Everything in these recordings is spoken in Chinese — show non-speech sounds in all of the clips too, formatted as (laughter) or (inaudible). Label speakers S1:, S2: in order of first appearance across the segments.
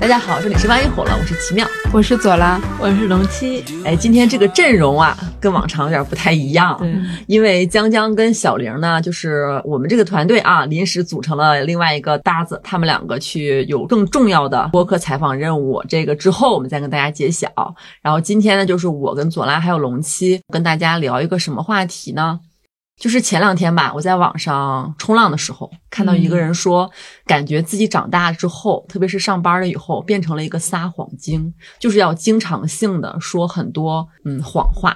S1: 大家好，这里是万一火了，我是奇妙。
S2: 我是左拉，
S3: 我是龙七，
S1: 哎，今天这个阵容啊，跟往常有点不太一样，
S3: 对，
S1: 因为江江跟小玲呢，就是我们这个团队啊，临时组成了另外一个搭子，他们两个去有更重要的播客采访任务，这个之后我们再跟大家揭晓。然后今天呢，就是我跟左拉还有龙七跟大家聊一个什么话题呢？就是前两天吧，我在网上冲浪的时候，看到一个人说，感觉自己长大之后，特别是上班了以后，变成了一个撒谎精，就是要经常性的说很多嗯谎话。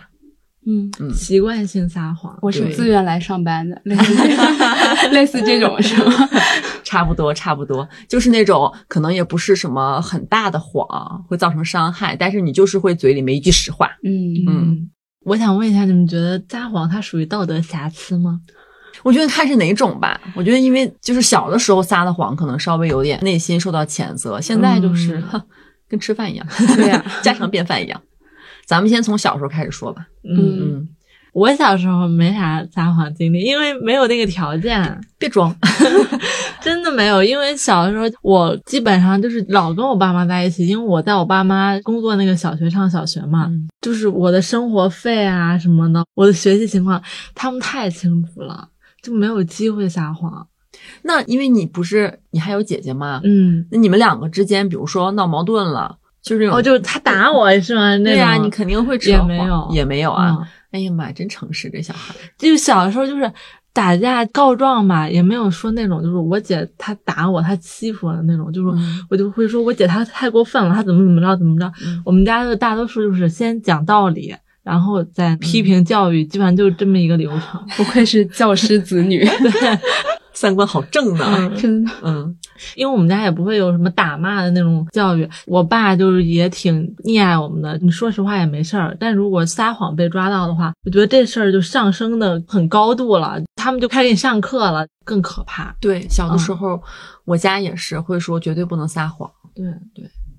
S2: 嗯，
S1: 嗯
S3: 习惯性撒谎，
S2: 我是
S1: 对
S2: 自愿来上班的，类似 (laughs) 这类似这种是吗？
S1: 差不多，差不多，就是那种可能也不是什么很大的谎，会造成伤害，但是你就是会嘴里没一句实话。
S2: 嗯
S1: 嗯，
S3: 我想问一下，你们觉得撒谎它属于道德瑕疵吗？
S1: 我觉得看是哪种吧。我觉得因为就是小的时候撒的谎，可能稍微有点内心受到谴责，现在就是、
S3: 嗯啊
S1: 哼跟吃饭一样，
S2: 对呀
S1: (laughs) 家常便饭一样。咱们先从小时候开始说吧。
S2: 嗯
S1: 嗯，
S3: 我小时候没啥撒谎经历，因为没有那个条件，
S1: 别装。
S3: (laughs) 真的没有。因为小的时候我基本上就是老跟我爸妈在一起，因为我在我爸妈工作那个小学上小学嘛，
S1: 嗯
S3: 就是我的生活费啊什么的，我的学习情况，他们太清楚了，就没有机会撒谎。
S1: 那因为你不是你还有姐姐吗？
S3: 嗯，
S1: 那你们两个之间，比如说闹矛盾了，就是那种
S3: 哦，就是他打我是吗？
S1: 对
S3: 那种
S1: 呀、你肯定会扯
S3: 也
S1: 谎，
S3: 没有
S1: 也没有啊。
S3: 嗯
S1: 哎呀妈，呀，真诚实这小孩。
S3: 就小时候就是打架告状嘛，也没有说那种就是我姐她打我，她欺负我的那种，就是
S1: 嗯
S3: 我就会说我姐她太过分了，她怎么怎么着怎么着。我们家的大多数就是先讲道理，然后再批评教育，基本上就是这么一个流程。
S2: 不愧是教师子女，
S1: (laughs) 三观好正呢。
S2: (laughs) 真的。
S1: 嗯
S3: 因为我们家也不会有什么打骂的那种教育，我爸就是也挺溺爱我们的，你说实话也没事儿，但如果撒谎被抓到的话，我觉得这事儿就上升的很高度了，他们就开始给你上课了，更可怕。
S1: 对，小的时候、我家也是会说绝对不能撒谎。
S3: 对。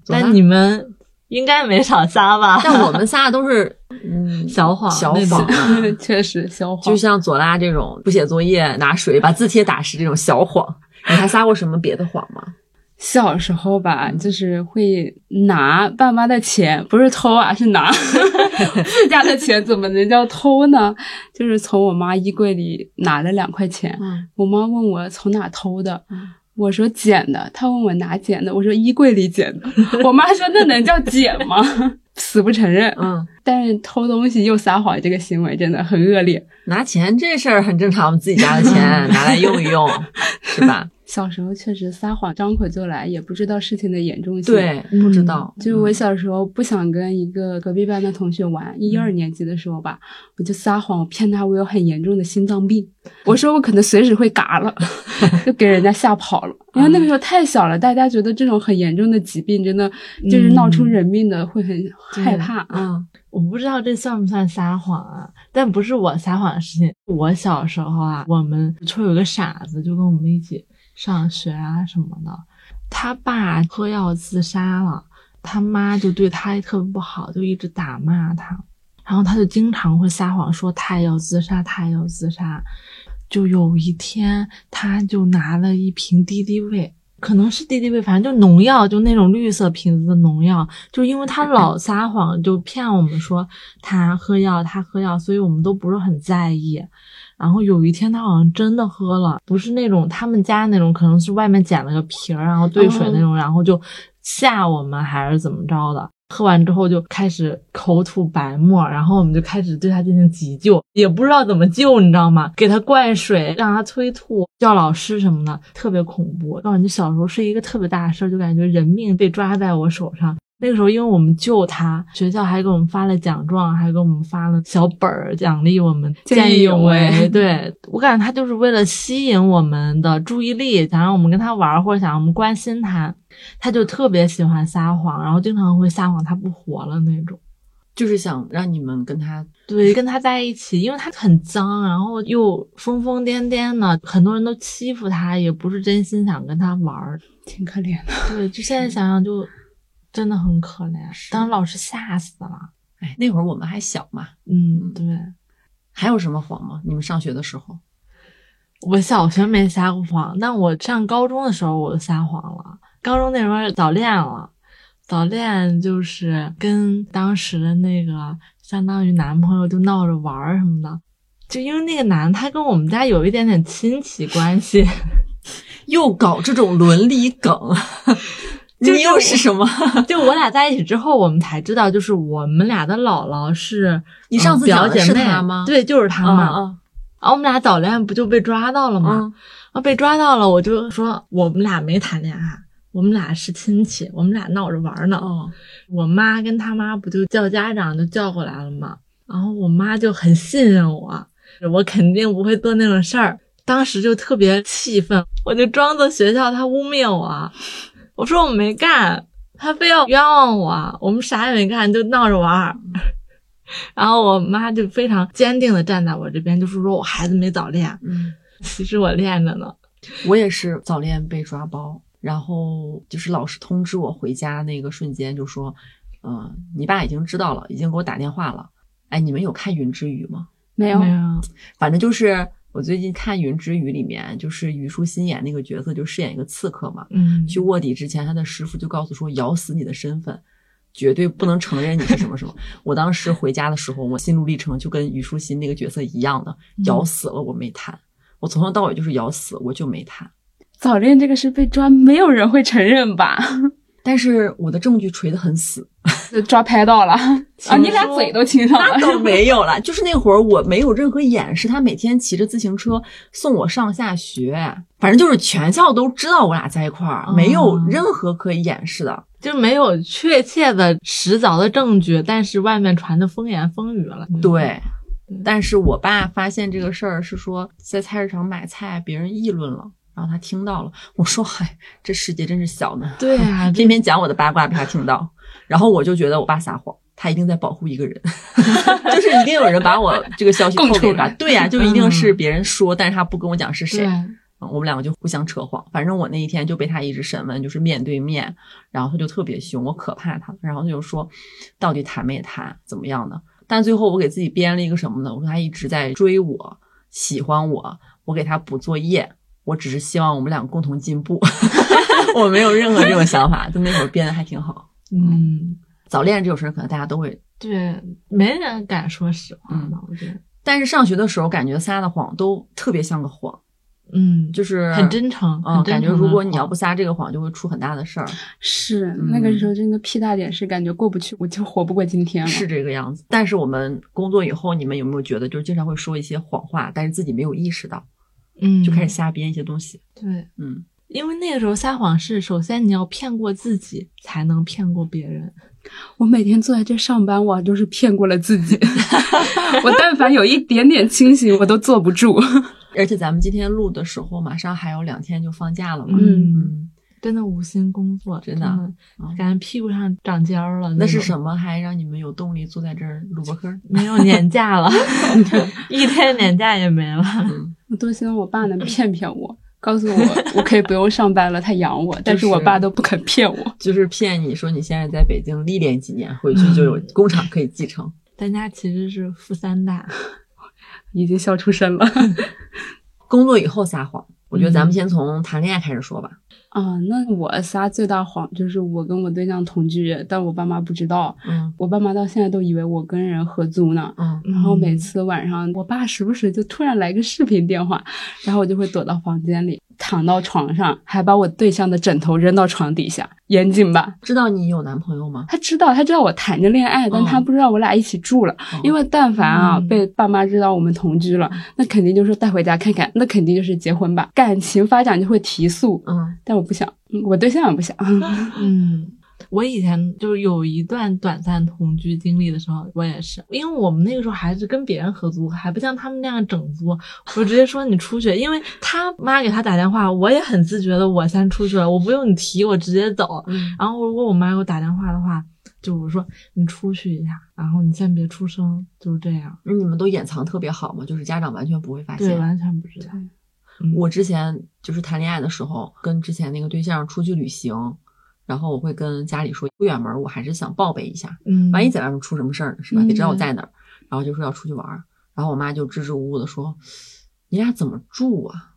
S1: 走吧
S3: 但你们应该没少撒吧？
S1: (laughs) 但我们仨都是嗯
S3: 小谎
S1: (laughs) 小
S3: 那
S1: 谎
S3: 种，
S2: (laughs) 确实，消化
S1: (laughs) 就像左拉这种不写作业拿水把字帖打湿这种小谎。你还撒过什么别的谎吗？
S2: 小时候吧，就是会拿爸妈的钱，不是偷啊，是 (laughs) 拿自家的钱，怎么能叫偷呢？就是从我妈衣柜里拿了两块
S1: (laughs)
S2: 钱，
S1: 嗯，
S2: 我妈问我从哪偷的，我说捡的。她问我哪捡的，我说衣柜里捡的。 (laughs) 我妈说那能叫捡吗？ (laughs) 死不承认。
S1: 嗯，
S2: 但是偷东西又撒谎这个行为真的很恶劣。
S1: 拿钱这事儿很正常，我们自己家的 (laughs) 钱拿来用一用，是吧？
S2: 小时候确实撒谎张口就来，也不知道事情的严重
S1: (laughs)
S2: 性。
S1: 对，嗯不知道。
S2: 就我小时候不想跟一个隔壁班的同学玩，一二年级的时候吧，我就撒谎，我骗他我有很严重的心脏病，我说我可能随时会嘎 (laughs) 了，就给人家吓跑了。因为那个时候太小了，大家觉得这种很严重的疾病真的就是闹出人命的，会很害怕。啊
S1: 嗯
S3: 我不知道这算不算撒谎啊？但不是我撒谎的事情。我小时候啊，我们村有个傻子，就跟我们一起上学啊什么的，他爸喝药自杀了，他妈就对他特别不好，就一直打骂他。然后他就经常会撒谎说他也要自杀，他也要自杀。就有一天，他就拿了一瓶敌敌畏，可能是敌敌畏，反正就农药，就那种绿色瓶子的农药。就因为他老撒谎，就骗我们说他喝药，他喝药，所以我们都不是很在意。然后有一天，他好像真的喝了，不是那种他们家那种，可能是外面捡了个瓶儿，然后兑水那种，然后就吓我们还是怎么着的。喝完之后就开始口吐白沫，然后我们就开始对他进行急救，也不知道怎么救，你知道吗？给他灌水，让他催吐，叫老师什么的，特别恐怖。我感觉小时候是一个特别大的事儿，就感觉人命被抓在我手上。那个时候，因为我们救他，学校还给我们发了奖状，还给我们发了小本儿奖励我们
S2: 见
S3: 见
S2: 义
S3: 义
S2: 勇
S3: 勇
S2: 为 (laughs)
S3: 为。对我感觉他就是为了吸引我们的注意力，想让我们跟他玩儿，或者想让我们关心他，他就特别喜欢撒谎，然后经常会撒谎他不活了那种。
S1: 就是想让你们跟他
S3: 对，跟他在一起，因为他很脏，然后又疯疯癫癫的，很多人都欺负他，也不是真心想跟他玩儿。
S2: 挺可怜的。
S3: 对，就现在想想就真的很可怜，当时老师吓死了。
S1: 哎，那会儿我们还小嘛，
S3: 嗯，对。
S1: 还有什么谎吗？你们上学的时候？
S3: 我小学没撒过谎，但我上高中的时候我就撒谎了。高中那时候早恋了，早恋就是跟当时的那个相当于男朋友就闹着玩儿什么的，就因为那个男的他跟我们家有一点点亲戚关系， (laughs)
S1: 又搞这种伦理 (laughs) 梗，
S3: 就是
S1: 你又是什么？
S3: 就我俩在一起之后，我们才知道，就是我们俩的姥姥是
S1: 你上次
S3: 嗯表
S1: 讲的
S3: 姐
S1: 是
S3: 妹
S1: 他吗
S3: 对，就是他嘛。啊，
S1: 啊
S3: 我们俩早恋不就被抓到了
S1: 啊
S3: 吗？
S1: 啊！
S3: 啊，被抓到了，我就说我们俩没谈恋爱，我们俩是亲戚，我们俩闹着玩儿呢。
S1: 哦，
S3: 我妈跟他妈不就叫家长就叫过来了嘛，然后我妈就很信任我，我肯定不会做那种事儿。当时就特别气愤，我就装作学校他污蔑我，我说我没干，他非要冤枉我，我们啥也没干，就闹着玩儿。然后我妈就非常坚定的站在我这边，就是说我孩子没早恋，
S1: 嗯，
S3: 其实我恋着呢。
S1: 我也是早恋被抓包，然后就是老师通知我回家那个瞬间就说，嗯、你爸已经知道了，已经给我打电话了。哎，你们有看《云之羽》吗？
S2: 没有，
S3: 有，
S1: 反正就是我最近看《云之羽》里面，就是虞书欣演那个角色，就饰演一个刺客嘛。
S3: 嗯，
S1: 去卧底之前，他的师傅就告诉说，咬死你的身份，绝对不能承认你是什么什么。 (laughs) 我当时回家的时候，我心路历程就跟虞书欣那个角色一样的，咬死了我没谈。我从头到尾就是咬死我就没谈，
S2: 早恋这个事被抓，没有人会承认吧？ (laughs)
S1: 但是我的证据锤得很死，
S2: 抓拍到 (laughs) 了
S3: 说
S2: 啊！你俩嘴都亲上
S1: 那
S2: 了，
S1: 倒没有了。就是那会儿我没有任何掩饰，他每天骑着自行车送我上下学，反正就是全校都知道我俩在一块儿，没有
S3: 哦
S1: 任何可以掩饰的。
S3: 就没有确切的实凿的证据，但是外面传的风言风语了。
S1: 对
S3: 嗯，
S1: 但是我爸发现这个事儿是说在菜市场买菜，别人议论了，然后他听到了。我说：“嗨，这世界真是小呢。
S3: 对啊，这
S1: 偏偏讲我的八卦被他听到，然后我就觉得我爸撒谎。他一定在保护一个人， (laughs) 就是一定有人把我这个消息
S2: 供
S1: 透
S2: 出
S1: 给他。
S2: 来
S1: 对呀、就一定是别人说，但是他不跟我讲是谁
S3: 对。
S1: 嗯我们两个就互相扯谎。反正我那一天就被他一直审问，就是面对面，然后他就特别凶，我可怕他了。然后他就说，到底谈没谈，怎么样呢？但最后我给自己编了一个什么呢？我说他一直在追我，喜欢我，我给他补作业，我只是希望我们两个共同进步。 (laughs) 我没有任何这种想法，就那会儿编的还挺好。
S3: 嗯，
S1: 早恋这种事儿可能大家都会，
S3: 对，没人敢说实话
S1: 嗯
S3: 吧？我觉得，
S1: 但是上学的时候感觉撒的谎都特别像个谎，
S3: 嗯，
S1: 就是
S3: 很真诚，
S1: 嗯，
S3: 很真
S1: 感觉
S3: 诚啊
S1: 如
S3: 的
S1: 果你要
S3: 谎
S1: 不撒这个谎，就会出很大的事儿。
S2: (laughs) 是
S1: 嗯
S2: 那个时候真的屁大点事，感觉过不去，我就活不过今天了。
S1: 是这个样子。但是我们工作以后，你们有没有觉得，就是经常会说一些谎话，但是自己没有意识到，
S3: 嗯
S1: 就开始瞎编一些东西？
S3: 对，
S1: 嗯，
S3: 因为那个时候撒谎是首先你要骗过自己，才能骗过别人。
S2: 我每天坐在这上班，我都是骗过了自己。 (laughs) 我但凡有一点点清醒，我都坐不住。 (laughs)
S1: 而且咱们今天录的时候，马上还有两天就放假了嘛。
S3: 嗯，
S1: 嗯，
S3: 真的无心工作，
S1: 真
S3: 真
S1: 的啊
S3: 感觉屁股上长尖儿了。
S1: 那是
S3: 种
S1: 什么还让你们有动力坐在这儿录播
S3: (laughs)
S1: 客？
S3: 没有年
S1: (laughs)
S3: 假了，一天年假也没了。
S1: 嗯，
S2: 我多希望我爸能骗骗我，告诉我我可以不用上班了，他养我。但是我爸都不肯骗我。
S1: 就是骗你说你现在在北京历练几年，回去就
S3: 嗯
S1: 有工厂可以继承。
S3: 咱家其实是富三代，
S2: 已经笑出声了。 (laughs)
S1: 工作以后撒谎，我觉得
S3: 嗯
S1: 咱们先从谈恋爱开始说吧。
S2: 啊、那我撒最大谎就是我跟我对象同居，但我爸妈不知道，
S1: 嗯
S2: 我爸妈到现在都以为我跟人合租呢。
S1: 嗯，
S2: 然后每次晚上，我爸时不时就突然来个视频电话，然后我就会躲到房间里，躺到床上，还把我对象的枕头扔到床底下，严谨吧？
S1: 知道你有男朋友吗？
S2: 他知道，他知道我谈着恋爱，但他
S1: 嗯
S2: 不知道我俩一起住了。
S1: 哦
S2: 因为但凡啊、
S3: 嗯
S2: 被爸妈知道我们同居了，那肯定就说带回家看看，那肯定就是结婚吧，感情发展就会提速。
S1: 嗯
S2: 但我不想，嗯我对象也不想。
S3: 嗯， (laughs) 我以前就是有一段短暂同居经历的时候，我也是，因为我们那个时候还是跟别人合租，还不像他们那样整租，我直接说你出去，因为他妈给他打电话，我也很自觉的我先出去了，我不用你提，我直接走。
S1: 嗯
S3: 然后如果我妈给我打电话的话，就我说你出去一下，然后你先别出声，就是这样，
S1: 那你们都掩藏特别好嘛，就是家长完全不会发
S3: 对，
S1: 现。
S3: 完全不知道。嗯
S1: 我之前就是谈恋爱的时候，跟之前那个对象出去旅行，然后我会跟家里说不远门儿，我还是想报备一下，
S3: 嗯，
S1: 万一在外面出什么事儿呢，是吧？
S3: 嗯
S1: 得知道我在哪儿。然后就说要出去玩儿，然后我妈就支支吾吾的说：“你俩怎么住啊？”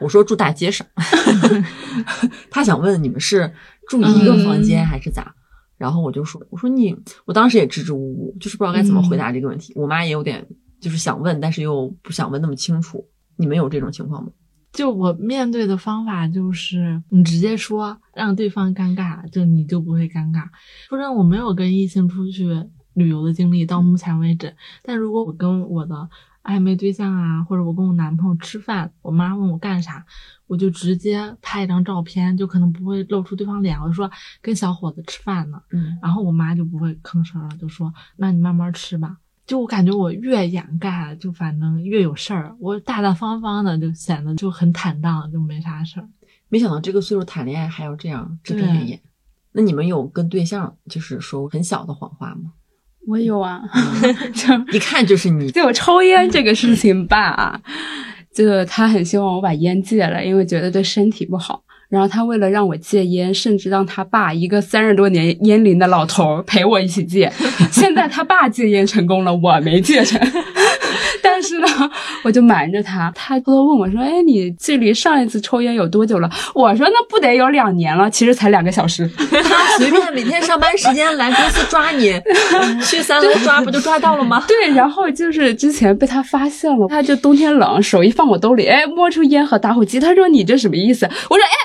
S1: 我说住大 (laughs)
S3: 嗯
S1: 街上，她想问你们是住一个房间还是咋？然后我就说，我说你，我当时也支支吾吾，就是不知道该怎么回
S3: 嗯
S1: 答这个问题。我妈也有点就是想问，但是又不想问那么清楚。你们有这种情况吗？
S3: 就我面对的方法就是，你直接说，让对方尴尬，就你就不会尴尬。说真的，我没有跟异性出去旅游的经历，到目前为止。但如果我跟我的暧昧对象啊，或者我跟我男朋友吃饭，我妈问我干啥，我就直接拍一张照片，就可能不会露出对方脸，我就说跟小伙子吃饭呢。
S1: 嗯，
S3: 然后我妈就不会吭声了，就说：“那你慢慢吃吧。”就我感觉我越掩盖，就反正越有事儿。我大大方方的，就显得就很坦荡，就没啥事儿。
S1: 没想到这个岁数谈恋爱还要这样遮遮
S3: 对
S1: 掩掩。那你们有跟对象就是说很小的谎话吗？
S2: (laughs) 我有啊，就
S1: 一看就是你，
S2: 就我抽烟这个事情吧，就他很希望我把烟戒了，因为觉得对身体不好。然后他为了让我戒烟，甚至让他爸一个三十多年烟龄的老头儿陪我一起戒。 (laughs) 现在他爸戒烟成功了，我没戒成。 (laughs) 但是呢，我就瞒着他，他偷偷问我说：“哎，你距离上一次抽烟有多久了？”我说：“那不得有两年了，其实才两个小时。” (laughs)
S1: 他随便每天上班时间来公司抓
S3: (laughs)
S1: 你，去三楼抓不就抓到了吗？ (laughs)
S2: (laughs) 对，然后就是之前被他发现了，他就冬天冷，手一放我兜里，哎，摸出烟和打火机，他说你这什么意思？我说哎，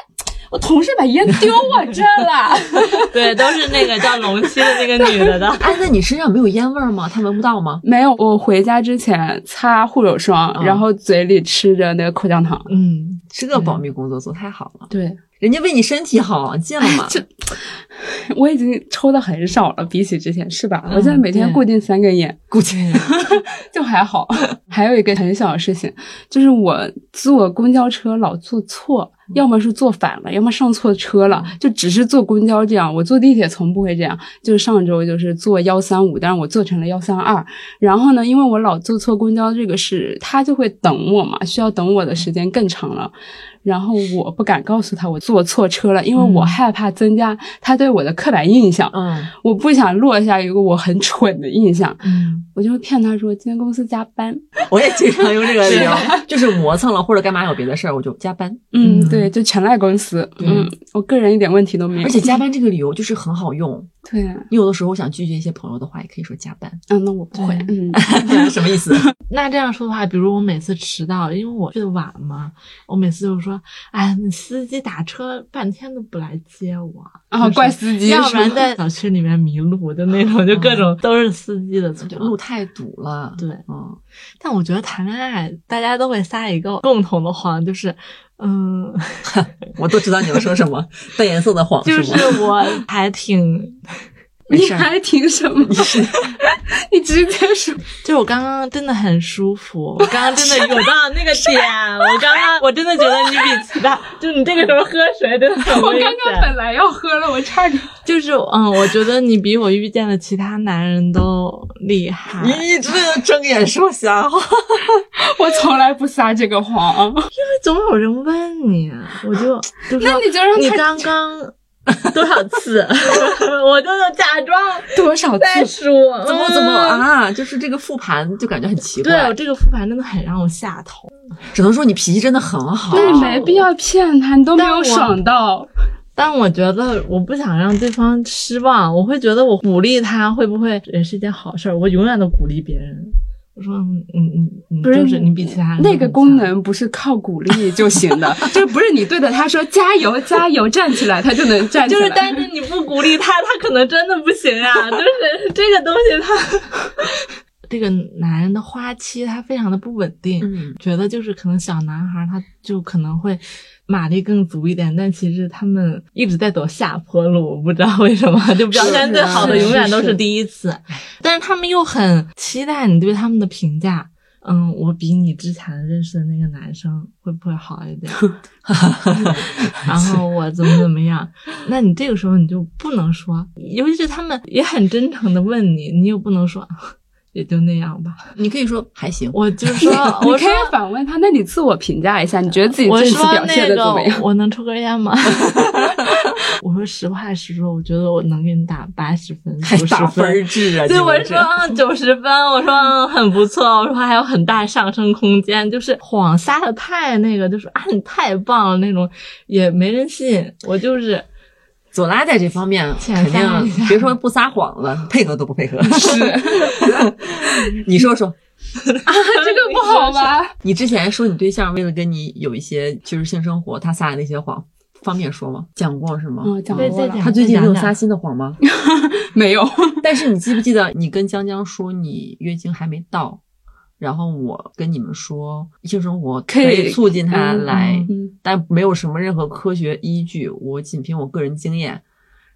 S2: 我同事把烟丢我这了。
S3: (laughs)
S2: (laughs)
S3: 对，都是那个叫龙七的那个女的的。
S1: 哎，那你身上没有烟味儿吗？他闻不到吗？
S2: 没有，我回家之前擦护手霜，
S1: 嗯
S2: 然后嘴里吃着那个口香糖。
S3: (laughs) 嗯，
S1: 这个保密工作做太好了，
S2: 对，
S1: 人家为你身体好，见了吗？
S2: 这我已经抽的很少了，比起之前是吧？我现在每天
S3: 对
S2: 固定三根烟，
S3: 估计
S2: 就还好。 (laughs) 还有一个很小的事情，就是我坐公交车老坐错，要么是坐反了，要么上错车了，就只是坐公交这样。我坐地铁从不会这样，就是上周就是坐幺三五，但是我坐成了幺三二。然后呢，因为我老坐错公交这个事，他就会等我嘛，需要等我的时间更长了。然后我不敢告诉他我坐错车了，因为我
S3: 嗯
S2: 害怕增加他对我的刻板印象，
S1: 嗯，
S2: 我不想落下一个我很蠢的印象。
S3: 嗯，
S2: 我就会骗他说今天公司加班。
S1: 我也经常用这个理由
S3: 是，
S1: 就是磨蹭了或者干嘛有别的事儿，我就加班。
S2: 嗯
S3: 嗯，
S2: 对，就全赖公司。
S1: 对
S2: 嗯，我个人一点问题都没有。
S1: 而且加班这个理由就是很好用，
S2: 对，
S1: 你有的时候想拒绝一些朋友的话，也可以说加班， (laughs)
S2: 嗯，那我不会。
S3: (laughs)
S2: 嗯，
S1: 什么意思？
S3: 那这样说的话，比如我每次迟到，因为我去的晚嘛，我每次就说：“哎，你司机打车半天都不来接我。”
S2: 啊，怪司机，
S3: 要不然
S2: 是嗯吧
S3: 在小区里面迷路，就那种，就各种都是司机的错。
S1: 就路太堵了。
S3: 对，
S1: 嗯，
S3: 但我觉得谈恋爱大家都会撒一个共同的谎，就是，嗯，
S1: 我都知道你要说什么， (laughs) 淡颜色的谎
S3: 就是
S1: 吗？
S3: 是 (laughs) 我还挺，
S1: 没
S2: 你
S1: 事儿
S2: 还挺什么？你直接
S3: (laughs)
S2: 说，
S3: 就是我刚刚真的很舒服，我刚刚真的有到那个点，我刚刚我真的觉得你比其他，就你这个时候喝水真的很
S2: 我
S3: 危
S2: 刚
S3: 险。
S2: 刚本来要喝了，我差点。
S3: 就是，嗯，我觉得你比我遇见的其他男人都厉害。
S1: 你这睁眼说瞎话。
S2: 我从来不撒这个谎。
S3: 总有人问你，啊我就就说
S2: 那你就让
S3: 你
S2: 他
S3: 刚刚多少次， (laughs) 我就假装
S2: 多少
S3: 在
S2: 次？
S3: 数，
S1: (laughs) 怎么怎么
S3: 嗯？
S1: 啊？就是这个复盘就感觉很奇
S3: 对
S1: 怪
S3: 我，这个复盘真的很让我下头，
S1: 只能说你脾气真的很好。啊
S2: 对，没必要骗他，你都没
S3: 但
S2: 有
S3: 我
S2: 爽到。
S3: 但我觉得我不想让对方失望，我会觉得我鼓励他会不会也是一件好事儿，我永远都鼓励别人。我说，嗯嗯嗯，
S2: 不是
S3: 就是你比其他人
S2: 那个功
S3: 都很强，
S2: 能不是靠鼓励就行的， (laughs) 就不是你对着他说加油加油站起来，他就能站起
S3: 就
S2: 来。
S3: 是但是你不鼓励他，他可能真的不行啊。就是这个东西他， (laughs) 这个男人的花期他非常的不稳定，
S1: 嗯，
S3: 觉得就是可能小男孩儿他就可能会马力更足一点，但其实他们一直在走下坡路，我不知道为什么， (laughs) 就表现最好的
S2: 是
S3: 永远都
S2: 是
S3: 是第一次，但是他们又很期待你对他们的评价。嗯，我比你之前认识的那个男生会不会好一点？
S2: (laughs)
S3: 然后我怎么怎么样？那你这个时候你就不能说，尤其是他们也很真诚的问你，你又不能说 (laughs) 也就那样吧。
S1: (laughs) 你可以说还行。
S3: 我就
S2: (laughs)
S3: 说，
S2: 你
S3: 我
S2: 可
S3: 说
S2: 以反问他，那你自我评价一下，你觉得自己
S3: (laughs) 我
S2: 这次
S3: 说
S2: 表现的怎么
S3: 那
S2: 样？
S3: 个，我能抽根烟吗？我说实话实说，我觉得我能给你打八十分、
S1: 还
S3: 九
S1: 打
S3: 十
S1: 分儿。制啊！
S3: 对，
S1: 你们
S3: 我
S1: 这
S3: 说嗯九十分，我说嗯很不错，我说还有很大上升空间，就是谎撒的太那个，就是啊你太棒了那种，也没人信。我就是
S1: 左拉在这方面
S3: 浅
S1: 肯
S3: 撒一
S1: 定
S3: 下
S1: 别说不撒谎了， (laughs) 配合都不配合。是， (laughs) 你说说，
S2: (laughs) 这个不好吧？
S1: 你之前说你对象为了跟你有一些就是性生活，他撒的那些谎，方便说吗？哦讲过是吗？
S2: 嗯，讲
S3: 对
S2: 过
S3: 再
S2: 了
S3: 讲，
S1: 他最近
S3: 讲
S1: 没有
S3: 讲
S1: 撒新的谎
S2: (laughs)
S1: 吗？
S2: 没有，
S1: 但是你记不记得你跟江江说你月经还没到，然后我跟你们说性生活
S2: 可以
S1: 促进他
S2: 嗯
S1: 来，
S2: 嗯，
S1: 但没有什么任何科学依据，我仅凭我个人经验。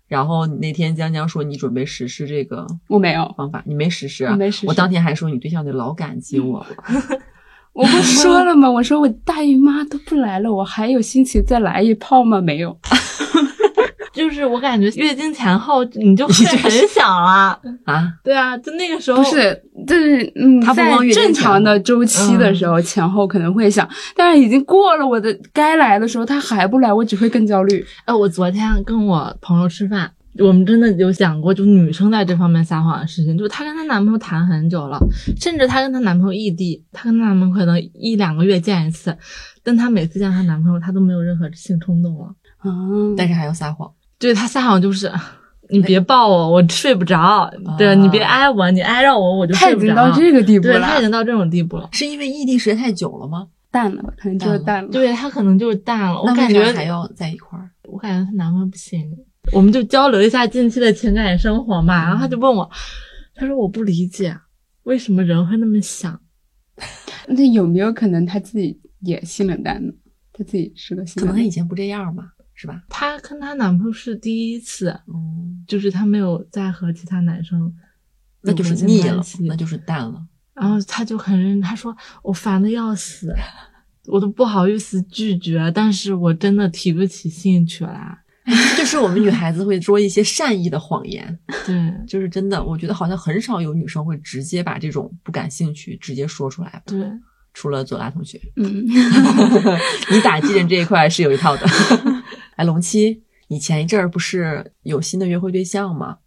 S1: 然后那天江江说你准备实施这个
S2: 我没有，
S1: 方法，你没实施啊？
S2: 我没实施
S1: 我当天还说你对象得老感激我
S2: (laughs)
S1: 了。
S2: 我不是说了吗？我说我大姨妈都不来了，我还有心情再来一炮吗？没有，
S3: 就是我感觉月经前后你就会很想啊，
S1: 啊，
S3: (laughs) 对啊，就那个时候
S2: 不是，就是嗯，
S1: 它不
S2: 在
S1: 光月经
S2: 正
S1: 前
S2: 常的周期的时候，前后可能会想，但是已经过了我的该来的时候，他还不来，我只会更焦虑。
S3: 哎，我昨天跟我朋友吃饭，我们真的有讲过，就女生在这方面撒谎的事情。就是她跟她男朋友谈很久了，甚至她跟她男朋友异地，她跟她男朋友可能一两个月见一次，但她每次见她男朋友，她都没有任何性冲动了。
S2: 啊，
S1: 但是还要撒谎，
S3: 对她撒谎就是。你别抱我，我睡不着。对、你别挨我，你挨着我我就
S2: 他
S3: 睡
S2: 啊已
S3: 不
S2: 经
S3: 着。啊
S2: 到这个地步
S3: 对，她已
S2: 了，
S3: 经到这种地步了。
S1: 是因为异地时间太久了吗？
S2: 淡了，可能就是淡了。
S3: 对她可能就是淡了。我
S1: 那
S3: 感
S1: 为
S3: 觉
S1: 啥还要在一块儿？
S3: 我感觉她男朋友不行，我们就交流一下近期的情感生活嘛。然后他就问我，他说我不理解为什么人会那么想，
S2: 那有没有可能他自己也性冷淡呢？他自己是个性
S1: 可能
S2: 冷
S1: 她
S2: 淡
S1: 以，前不这样吧，是吧？
S3: 她跟她男朋友是第一次，
S1: 嗯，
S3: 就是她没有再和其他男生
S1: 那就是
S3: 有过
S1: 腻
S3: 性
S1: 了
S3: 关系，
S1: 那就是淡了。 (laughs)
S3: 然后她就很认真，她说我烦的要死，我都不好意思拒绝，但是我真的提不起兴趣来。
S1: 就是我们女孩子会说一些善意的谎言，
S3: 对
S1: 就是真的，我觉得好像很少有女生会直接把这种不感兴趣直接说出来吧，
S3: 对。
S1: 除了左拉同学， (laughs)
S2: 嗯， (laughs)
S1: 你打击人这一块是有一套
S3: (laughs)
S1: 的。哎，龙七，你前一阵儿不是有新的约会对象吗？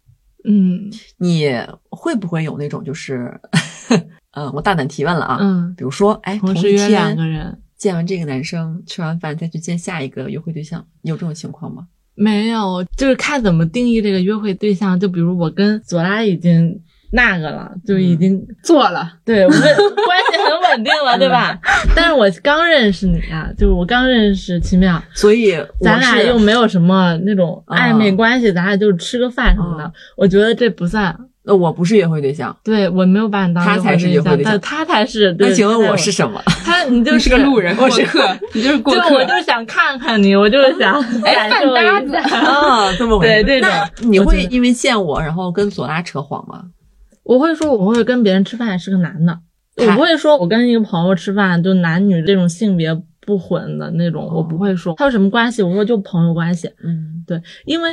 S3: 嗯
S1: 你会不会有那种就是， (laughs) 嗯，我大胆提问了啊，
S3: 嗯，
S1: 比如说，哎，
S3: 同时
S1: 一
S3: 约两
S1: 天
S3: 个人
S1: 见完这个男生，吃完饭再去见下一个约会对象，有这种情况吗？
S3: 没有，就是看怎么定义这个约会对象。就比如我跟左拉已经那个了，就已经、
S2: 做了，
S3: 对我们关系很稳定
S2: (laughs)
S3: 了，对吧？但是我刚认识你啊，就是我刚认识奇妙，
S1: 所以我
S3: 咱俩
S1: 是
S3: 又没有什么那种暧昧关系，咱俩就是吃个饭什么的，我觉得这不算。
S2: 啊
S1: 呃我不是约会对象，
S3: 对我没有把你当
S1: 他才是约会对象
S3: 象，但他才是。对
S1: 那请问
S3: 他才
S1: 我是什么？
S3: 他，你就
S2: 你是个路人，
S3: 我
S2: 过客，你就是过
S3: 对，
S2: 客
S3: 我。就是想看看你，我就
S2: (laughs)
S3: 是想感受
S2: 饭
S3: 一
S2: 搭
S3: 下。
S1: 啊， (laughs) 这么回
S3: 哦对
S1: 事。
S3: 对
S1: 那
S3: 的，
S1: 你
S3: 我觉
S1: 会
S3: 得
S1: 因为见我然后跟左拉扯谎吗？
S3: 我会说我会跟别人吃饭是个男的，我
S1: 嗨
S3: 不会说我跟一个朋友吃饭就男女这种性别不混的那种，我不
S1: 哦
S3: 会说他有什么关系，我说就朋友关系，
S1: 嗯，
S3: 因为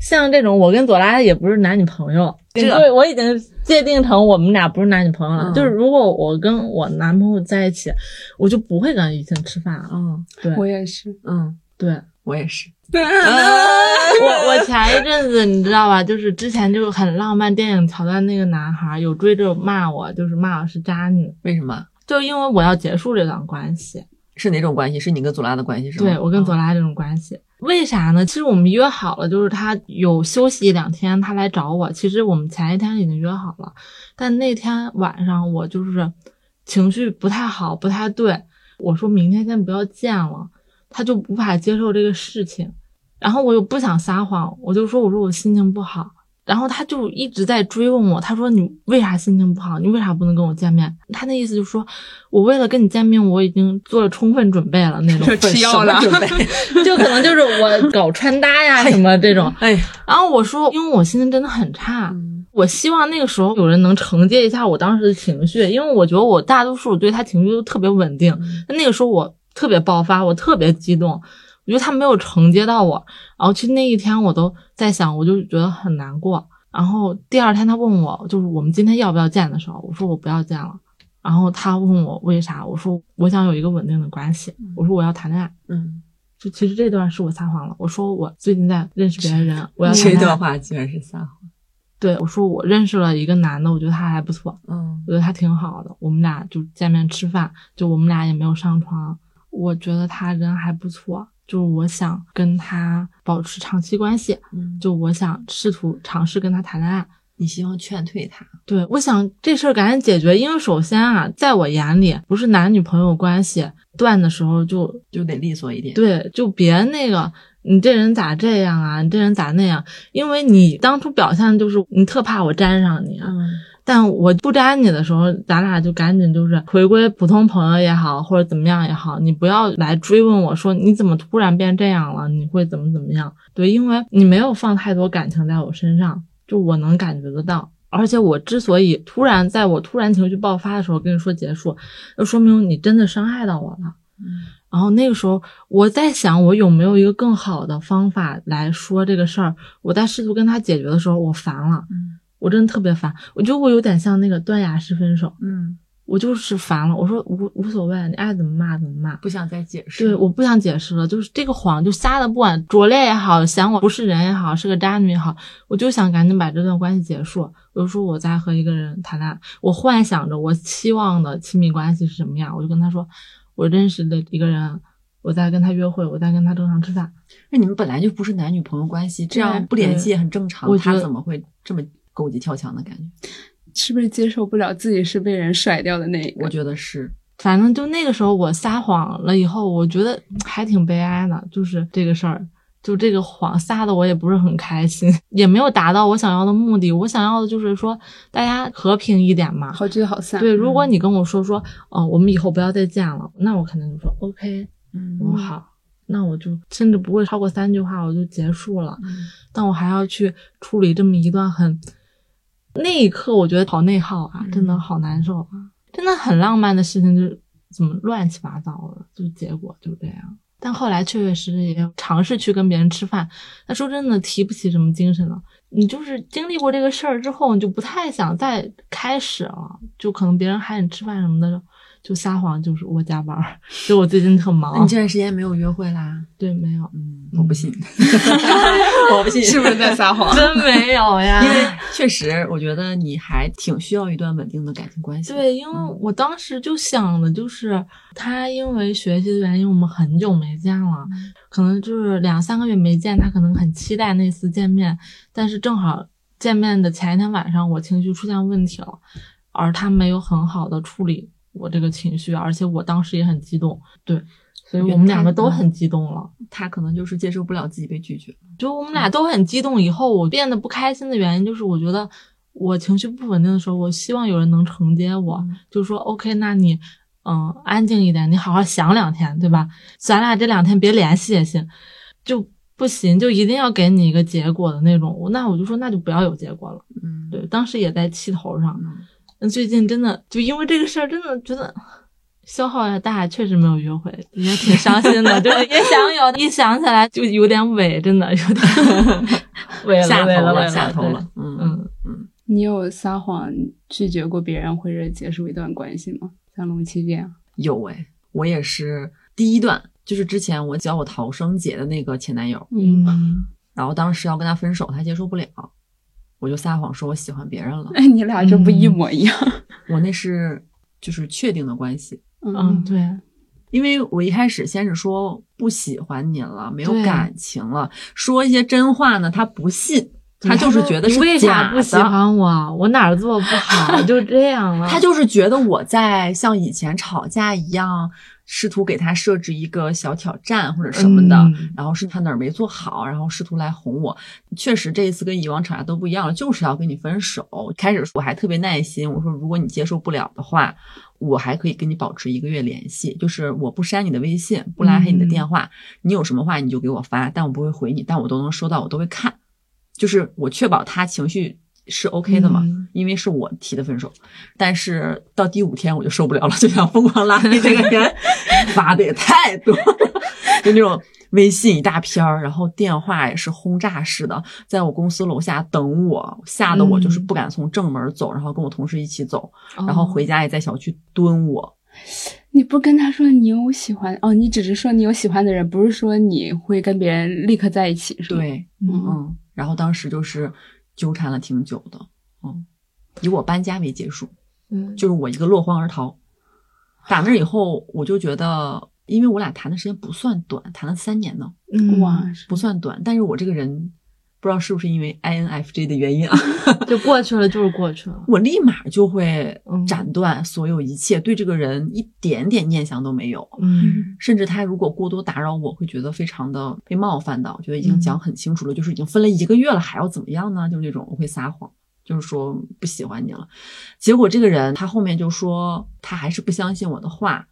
S3: 像这种我跟左拉也不是男女朋友，
S1: 这
S3: 对我已经界定成我们俩不是男女朋友了。
S1: 嗯
S3: 就是如果我跟我男朋友在一起，我就不会跟异性吃饭了。
S1: 嗯
S3: 对
S2: 我也是，
S1: 嗯， (laughs)
S3: 对，
S1: 我也是。
S3: 我我前一阵子你知道吧，就是之前就是很浪漫电影桥段那个男孩有追着骂我，就是骂我是渣女。
S1: 为什么？
S3: 就因为我要结束这段关系，
S1: 是哪种关系？是你跟左拉的关系是吗？嗯
S3: 对我跟左拉这种关系，为啥呢？其实我们约好了，就是他有休息一两天，他来找我。其实我们前一天已经约好了，但那天晚上我就是情绪不太好，不太对。我说明天先不要见了，他就无法接受这个事情。然后我又不想撒谎，我就说我说我心情不好。然后他就一直在追问我，他说你为啥心情不好？你为啥不能跟我见面？他那意思就是说我为了跟你见面，我已经做了充分准备了那
S1: (laughs)
S3: 种
S2: 这。吃药了
S1: 哦什么准备。
S3: (laughs) 就可能就是我搞穿搭呀什么这种。
S1: 哎，
S3: 然后我说，因为我心情真的很差，我希望那个时候有人能承接一下我当时的情绪，因为我觉得我大多数对他情绪都特别稳定。那个时候我特别爆发，我特别激动，我觉得他没有承接到我。然后其实那一天我都在想，我就觉得很难过。然后第二天他问我，就是我们今天要不要见的时候，我说我不要见了。然后他问我为啥，我说我想有一个稳定的关系，我说我要谈恋爱。
S1: 嗯，
S3: 就其实这段是我撒谎了，我说我最近在认识别的人，我要
S1: 这
S3: 谈恋
S1: 段
S3: 爱。
S1: 话居然是撒谎。
S3: 对，我说我认识了一个男的，我觉得他还不错，
S1: 嗯
S3: 我觉得他挺好的，我们俩就见面吃饭，就我们俩也没有上床。我觉得他人还不错，就是我想跟他保持长期关系，
S1: 嗯，就
S3: 就我想试图尝试跟他谈恋爱。
S1: 你希望劝退他，
S3: 对，我想这事儿赶紧解决，因为首先啊，在我眼里，不是男女朋友关系断的时候就
S1: 就得利索一点。，
S3: 对，就别那个，你这人咋这样啊？你这人咋那样？因为你当初表现的就是你特怕我粘上你，啊
S1: 嗯，
S3: 但我不粘你的时候，咱俩就赶紧就是回归普通朋友也好，或者怎么样也好，你不要来追问我说你怎么突然变这样了，你会怎么怎么样？对，因为你没有放太多感情在我身上，就我能感觉得到。而且我之所以突然在我突然情绪爆发的时候跟你说结束，就说明你真的伤害到我了。然后那个时候我在想，我有没有一个更好的方法来说这个事儿？我在试图跟他解决的时候，我烦了，
S1: 嗯
S3: 我真的特别烦。我觉得我有点像那个断崖式分手，
S1: 嗯，
S3: 我就是烦了。我说无无所谓，你爱怎么骂怎么骂。
S1: 不想再解释。
S3: 对，我不想解释了，就是这个谎就瞎的，不管拙劣也好，想我不是人也好，是个渣女也好，我就想赶紧把这段关系结束。我就说我在和一个人谈恋爱，我幻想着我期望的亲密关系是什么样，我就跟他说，我认识的一个人，我在跟他约会，我在跟他正常吃饭。
S1: 那你们本来就不是男女朋友关系，这
S3: 对
S1: 样
S3: 啊
S1: 不联系也很正常
S3: 我。觉
S1: 他
S3: 得
S1: 怎么会这么狗急跳墙的感觉？
S2: 是不是接受不了自己是被人甩掉的那一
S1: 我
S2: 个？
S1: 觉得是，
S3: 反正就那个时候我撒谎了以后，我觉得还挺悲哀的，就是这个事儿，就这个谎撒的我也不是很开心，也没有达到我想要的目的。我想要的就是说大家和平一点嘛。
S2: 好聚好散。
S3: 对， (laughs) 如果你跟我说说，哦、我们以后不要再见了，那我肯定就说 OK，
S1: 嗯
S3: 我好，那我就甚至不会超过三句话我就结束了。
S1: 嗯
S3: 但我还要去处理这么一段很，那一刻我觉得好内耗啊，
S1: 嗯
S3: 真的好难受啊，真的很浪漫的事情就是怎么乱七八糟的，就结果就这样。但后来确确实实也有尝试去跟别人吃饭，那说真的提不起什么精神了。你就是经历过这个事儿之后，你就不太想再开始了，就可能别人喊你吃饭什么的，就撒谎，就是我加班儿， (laughs) 就我最近特
S1: 那你
S3: 忙。
S1: 这段时间没有约会啦？
S3: 对，没有，
S1: 嗯，
S3: 我不
S1: 信，我不信，
S2: (laughs) 是不是在撒
S3: (laughs)
S2: 谎？
S3: (laughs) 真没有呀
S1: 因为确实，我觉得你还挺需要一段稳定的感情关系。，
S3: 对，因为
S1: 嗯
S3: 我当时就想的就是，他因为学习的原因，我们很久没见了，可能就是两三个月没见，他可能很期待那次见面，但是正好见面的前一天晚上，我情绪出现问题了，而他没有很好的处理我这个情绪，而且我当时也很激动，对，所以
S1: 我觉得
S3: 我们
S1: 他
S3: 两个都
S1: 嗯
S3: 很激动了。
S1: 他可能就是接受不了自己被拒绝。
S3: 就我们俩都很激动。以后我变得不开心的原因就是，我觉得我情绪不稳定的时候，我希望有人能承接我，
S1: 嗯
S3: 就说 OK，那你嗯安静一点，你好好想两天，对吧？咱俩这两天别联系也行，就不行，就一定要给你一个结果的那种。我那我就说那就不要有结果了。
S1: 嗯，
S3: 对，当时也在气头上。
S1: 嗯，
S3: 那最近真的就因为这个事儿，真的觉得消耗有点大，确实没有约会，也挺伤心的。对，也想有，一想起来就有点萎，真的有
S1: (laughs)
S3: 点萎了，
S1: 下头
S3: 萎了，
S1: 了，
S3: 萎
S1: 下头
S3: 对
S1: 了。嗯嗯，
S3: 嗯，
S2: 你有撒谎拒绝过别人或者结束一段关系吗？像龙七这样，
S1: 有哎，我也是第一段，就是之前我教我逃生姐的那个前男友，
S3: 嗯， (laughs)
S1: 然后当时要跟他分手，他接受不了，我就撒谎说我喜欢别人了。
S2: 哎，你俩这不一模一样？
S1: 我那是就是确定的关系，
S3: 嗯，，对，
S1: 因为我一开始先是说不喜欢你了，没有
S3: 对
S1: 感情了，说一些真话呢，他不信，
S3: 对
S1: 他就是觉得是
S3: 你为
S1: 假
S3: 啥
S1: 的，
S3: 不喜欢我？我哪儿做不好？就这样了。
S1: (laughs) 他就是觉得我在像以前吵架一样，试图给他设置一个小挑战或者什么的，
S3: 嗯
S1: 然后是他哪儿没做好，然后试图来哄我。确实这一次跟以往吵架都不一样了，就是要跟你分手。开始我还特别耐心，我说如果你接受不了的话，我还可以跟你保持一个月联系，就是我不删你的微信，不拉黑你的电话，你有什么话你就给我发，但我不会回你，但我都能收到，我都会看，就是我确保他情绪是 OK 的嘛。
S3: 嗯
S1: 因为是我提的分手，但是到第五天我就受不了了， (laughs) 就想疯狂拉黑这个人，发的也太多了，就那种微信一大篇儿，然后电话也是轰炸式的，在我公司楼下等我，吓得我就是不敢从正门走，然后跟我同事一起走，
S2: 哦
S1: 然后回家也在小区蹲我，
S2: 你不跟他说你有喜欢哦，你只是说你有喜欢的人，不是说你会跟别人立刻在一起，是吗？，
S1: 对，
S2: 嗯，
S1: 嗯，然后当时就是纠缠了挺久的，嗯，以我搬家为结束。
S3: 嗯，
S1: 就是我一个落荒而逃。打那以后，我就觉得因为我俩谈的时间不算短，谈了三年呢，
S3: 嗯
S2: 哇，
S1: 不算短。但是我这个人不知道是不是因为 INFJ 的原因啊， (laughs)
S3: 就过去了，就是过去了。
S1: 我立马就会
S3: 嗯
S1: 斩断所有一切，对这个人一点点念想都没有。
S3: 嗯
S1: 甚至他如果过多打扰我，会觉得非常的被冒犯到，觉得已经讲很清楚了，就是已经分了一个月了，还要怎么样呢？就是那种我会撒谎，就是说不喜欢你了。结果这个人他后面就说他还是不相信我的话，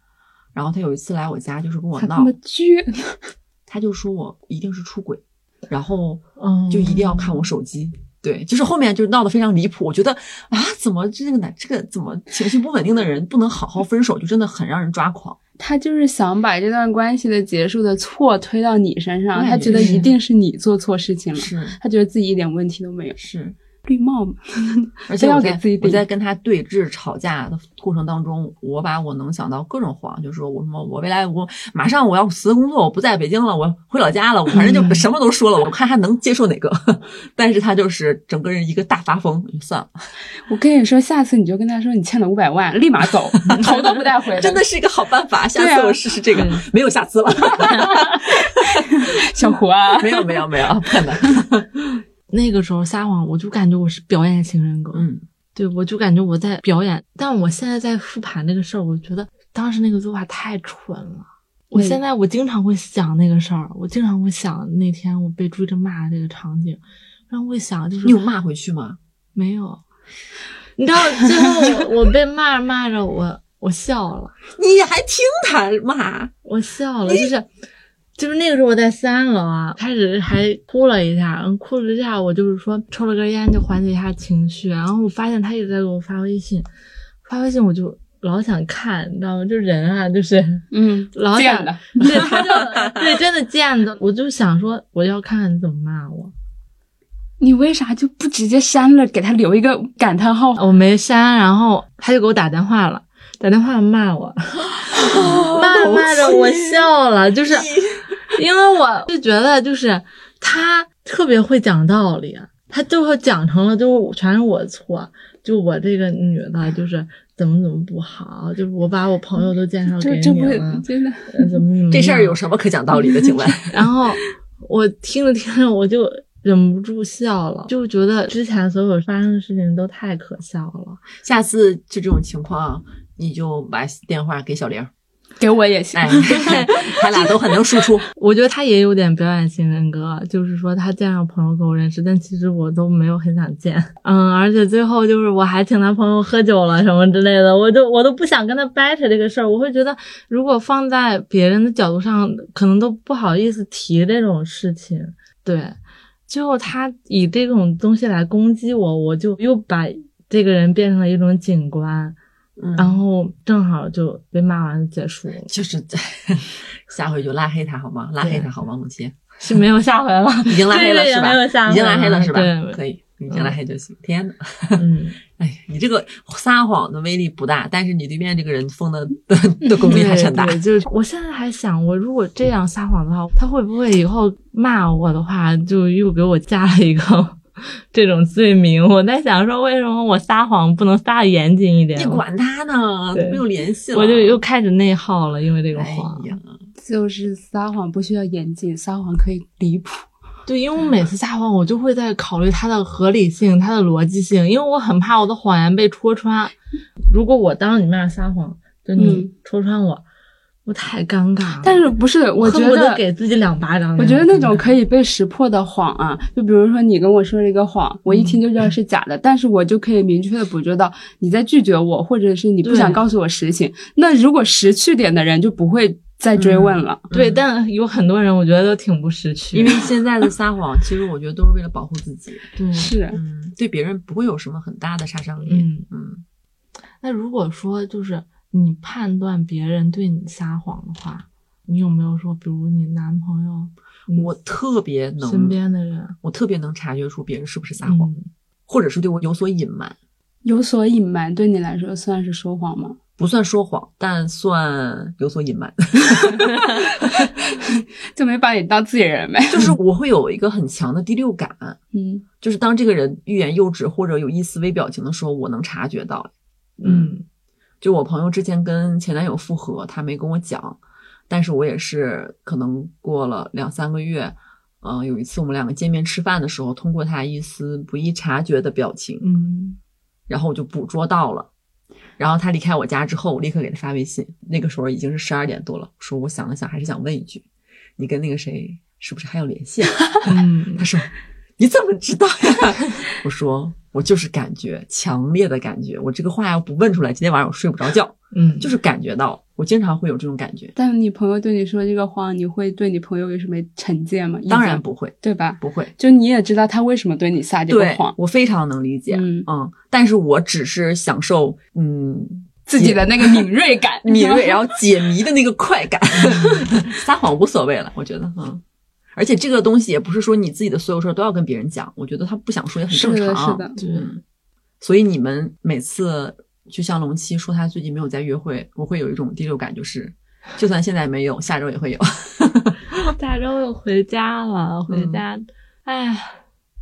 S1: 然后他有一次来我家就是跟我
S2: 咋
S1: 闹
S2: 这么，倔 (laughs) 呢？
S1: 他就说我一定是出轨，然后
S3: 嗯，
S1: 就一定要看我手机。对，就是后面就闹得非常离谱，我觉得啊，怎么这个男这个怎么情绪不稳定的人不能好好分手，就真的很让人抓狂。
S2: 他就是想把这段关系的结束的错推到你身上，
S1: 对
S2: 他觉得
S1: 是
S2: 一定是你做错事情了，
S1: 是
S2: 他觉得自己一点问题都没有。
S1: 是，
S2: 绿帽嘛，
S1: 而且
S2: 不要
S1: 我在
S2: 给自己
S1: 我
S2: 顶
S1: 在跟他对峙吵架的过程当中，我把我能想到各种谎，就是说我什么我未来我马上我要辞工作，我不在北京了，我回老家了，我反正就
S3: 嗯
S1: 什么都说了，我看他能接受哪个。 (laughs) 但是他就是整个人一个大发疯，算了，
S2: 我跟你说，下次你就跟他说你欠了五百万，立马走，头都不带 (laughs) 回来。
S1: 真的是一个好办法。下
S2: 对啊
S1: 次我试试这个， (laughs) 没有下次了，
S2: 小胡啊，
S1: 没有没有没有，不可能。 (laughs)
S3: 那个时候撒谎，我就感觉我是表演型人格。
S1: 嗯，
S3: 对，我就感觉我在表演，但我现在在复盘这个事儿，我觉得当时那个做法太蠢了。我
S2: 嗯
S3: 现在我经常会想那个事儿，我经常会想那天我被追着骂这个场景，然后会想就是
S1: 你有骂回去吗？
S3: 没有， (laughs) 你知道最后我我被骂着骂着我我笑了，
S1: 你还听他骂？
S3: 我笑了，就是就是那个时候我在三楼啊，开始还哭了一下，嗯，哭了一下，我就是说抽了根烟就缓解一下情绪，然后我发现他一直在给我发微信，发微信我就老想看，你知道吗？就人啊，就是
S2: (laughs) 嗯，
S3: 老
S2: 这
S3: 想
S2: 样 (laughs) 的，
S3: 对，他就对真的贱的，我就想说我要看看你怎么骂我，
S2: 你为啥就不直接删了，给他留一个感叹号？
S3: 我没删，然后他就给我打电话了。打电话骂我，骂着骂着我笑了，就是
S1: 啊
S3: 因为我就觉得就是他特别会讲道理，他最后讲成了就全是我错，就我这个女的就是怎么怎么不好，就是我把我朋友都介绍
S2: 这
S3: 给
S2: 这
S3: 你
S2: 不
S3: 了，
S2: 真的
S3: 呃怎么怎么
S1: 这事儿
S3: 样
S1: 有什么可讲道理的？请问， (laughs)
S3: 然后我听着听着我就忍不住笑了，就觉得之前所有发生的事情都太可笑了。
S1: 下次就这种情况，你就把电话给小玲儿。
S2: 给我也行
S1: 哎。，他俩都很能输
S3: (laughs)
S1: 出。
S3: 我觉得他也有点表演型人格，就是说他介绍朋友给我认识，但其实我都没有很想见。嗯，而且最后就是我还请他朋友喝酒了什么之类的，我就我都不想跟他掰扯这个事儿。我会觉得，如果放在别人的角度上，可能都不好意思提这种事情。对，最后他以这种东西来攻击我，我就又把这个人变成了一种警官，然 (laughs)
S1: 嗯，
S3: 后正好就被骂完就结束了，
S1: 就是 (laughs) 下回就拉黑他好吗？拉黑他好吗？母亲
S3: 是没有下回了。 (laughs)
S1: 已经拉黑了
S3: 对对
S1: 是
S3: 也没有
S1: 吧？
S3: 下
S1: 已经拉
S3: 回
S1: 黑了
S3: 了
S1: 是吧？
S3: 对
S1: 可以，已经
S3: 嗯
S1: 拉黑就行。天哪，
S3: 嗯。
S1: 哎呀，你这个撒谎的威力不大，但是你对面这个人疯的 (laughs) 的功力还是很大。
S3: 对对，就是我现在还想，我如果这样撒谎的话，他会不会以后骂我的话，就又给我加了一个 (laughs) 这种罪名？我在想说，为什么我撒谎不能撒的严谨一点？
S1: 你管他呢，
S3: 对
S1: 没有联系了。
S3: 我就又开始内耗了，因为这个
S1: 哎
S3: 谎。
S1: 呀，
S2: 就是撒谎不需要严谨，撒谎可以离谱。
S3: 对，因为我每次撒谎，我就会在考虑它的合理性、它的逻辑性，因为我很怕我的谎言被戳穿。如果我当着你面撒谎，就你
S2: 嗯
S3: 戳穿我，我太尴尬了。
S2: 但是不是？我觉
S3: 恨不
S2: 得
S3: 得给自己两巴
S1: 嗯
S3: 掌。
S2: 我觉得那种可以被识破的谎啊，就比如说你跟我说了一个
S1: 嗯
S2: 谎，我一听就知道是假的，但是我就可以明确的捕捉到你在拒绝我，或者是你不
S3: 对
S2: 想告诉我实
S1: 嗯
S2: 情。那如果识趣点的人就不会再追问了。
S3: 对，
S1: 嗯
S3: 但有很多人我觉得都挺不识趣，
S1: 因为现在的撒谎，其实我觉得都是为了保护自
S3: (laughs)
S1: 己，
S3: 对，
S2: 是，
S1: 嗯，对别人不会有什么很大的杀伤力。
S3: 嗯。
S1: 嗯，
S3: 那如果说就是你判断别人对你撒谎的话，你有没有说，比如你男朋友、嗯
S1: 我特别
S3: 身
S1: 能，
S3: 边嗯的人
S1: 我特别能察觉出别人是不是撒谎，？或者是对我有所隐瞒。
S2: 有所隐瞒对你来说算是说谎吗？
S1: 不算说谎，但算有所隐瞒。
S2: 就没把你当自己人呗。
S1: 就是我会有一个很强的第六感，
S2: 嗯，
S1: 就是当这个人欲言又止或者有一丝微表情的时候，我能察觉到。
S3: 嗯
S1: 就我朋友之前跟前男友复合，他没跟我讲，但是我也是可能过了两三个月，嗯、有一次我们两个见面吃饭的时候，通过他一丝不易察觉的表情，
S3: (laughs) 嗯，
S1: 然后我就捕捉到了。然后他离开我家之后，我立刻给他发微信，那个时候已经是十二点多了，说我想了想，还是想问一句，你跟那个谁是不是还有联系啊？ (laughs)
S3: 嗯
S1: 他说：“你怎么知道呀？” (laughs) 我说：“我就是感觉，强烈的感觉。我这个话要不问出来，今天晚上我睡不着觉，
S3: 嗯，
S1: 就是感觉到。我经常会有这种感觉，
S2: 但你朋友对你说这个话，你会对你朋友有什么惩戒吗？
S1: 当然
S2: 意见，
S1: 不会，
S2: 对吧？
S1: 不会。
S2: 就你也知道他为什么对你撒这个
S1: 对
S2: 谎，，
S1: 我非常能理解，
S2: 嗯
S1: 但是我只是享受，嗯，，
S2: 自己的那个敏锐感
S1: (laughs) 敏
S2: (laughs)
S1: 锐，然后解谜的那个快感。 (laughs) 撒谎无所谓了，我觉得，嗯。”而且这个东西也不是说你自己的所有事儿都要跟别人讲，我觉得他不想说也很
S2: 是
S1: 正
S2: 的，
S1: 常。
S2: 是的，
S3: 对， (laughs)
S1: 嗯，所以你们每次就像龙七说他最近没有在约会，我会有一种第六感，就是就算现在没有，下周也会有。
S3: 下周又回家了，回家，哎、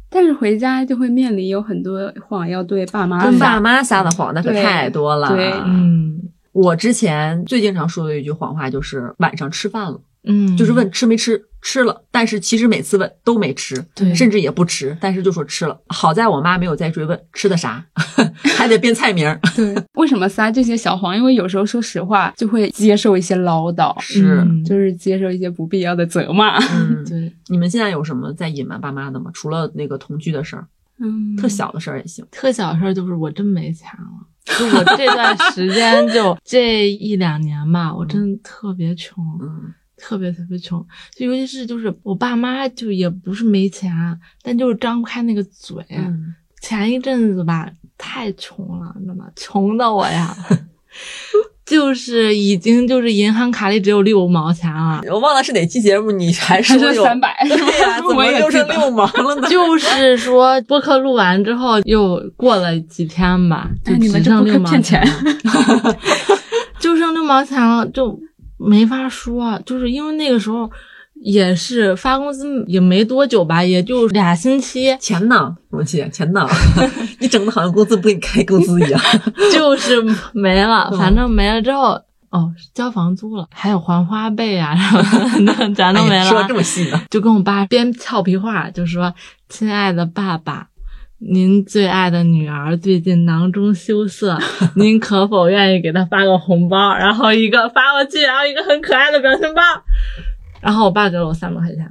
S2: 但是回家就会面临有很多谎要对爸妈
S1: 跟爸
S2: 撒，
S1: 妈撒的谎那可
S2: 啊对
S1: 太多了。啊
S2: 对
S3: 嗯
S1: 我之前最经常说的一句谎话就是晚上吃饭了，
S3: 嗯，
S1: 就是问吃没吃。吃了，但是其实每次问都没吃，
S3: 对
S1: 甚至也不吃，但是就说吃了。好在我妈没有再追问吃的啥， (laughs) 还得编菜名儿。
S2: 对，为什么撒这些小谎？因为有时候说实话就会接受一些唠叨，
S1: 是，
S3: 嗯
S2: 就是接受一些不必要的责骂，
S1: 嗯，
S3: 对，
S1: 你们现在有什么在隐瞒爸妈的吗？除了那个同居的事儿，
S2: 嗯，
S1: 特小的事儿也行。
S3: 特小事儿就是我真没钱了。就我这段时间就这一两年吧，我真的特别穷，
S1: 嗯
S3: 特别特别穷，就尤其是就是我爸妈就也不是没钱，啊但就是张不开那个嘴。
S1: 嗯
S3: 前一阵子吧，太穷了，你知道吗？穷的我
S2: (laughs)
S3: 呀，就是已经就是银行卡里只有六毛钱了，
S1: 嗯我忘了是哪期节目，你还
S2: 还
S1: 说
S2: 是
S1: 有
S2: 三，百，
S1: 对
S2: (laughs)
S1: 呀、怎
S2: 我
S1: 么
S2: 也
S1: 就
S2: 记
S1: 剩
S2: 得。
S1: 六毛了
S3: (laughs)
S1: 呢？
S3: 就是说播客录完之后又过了几天吧，就
S2: 哎你们
S3: 只
S2: 这
S3: 剩
S2: 播客
S3: 六毛
S2: 骗啊
S3: 钱了，就剩六毛钱了，就没法说，啊就是因为那个时候。也是发工资也没多久吧，也就俩星期，
S1: 钱呢，罗姐，钱呢？ (laughs) 你整的好像工资不给你开工资一样。 (laughs)
S3: 就是没了，
S1: 嗯
S3: 反正没了之后，哦，交房租了，还有还花呗啊
S1: (laughs)
S3: 什么的，全都
S1: 哎
S3: 没
S1: 呀
S3: 了。
S1: 说的这么细
S3: (laughs)
S1: 呢？
S3: 就跟我爸编俏皮话，就说：“亲爱的爸爸，您最爱的女儿最近囊中羞涩，您可否愿意给她发个红包？然后一个发过去，然后一个很可爱的表情包。”然后我爸给了我三百块钱，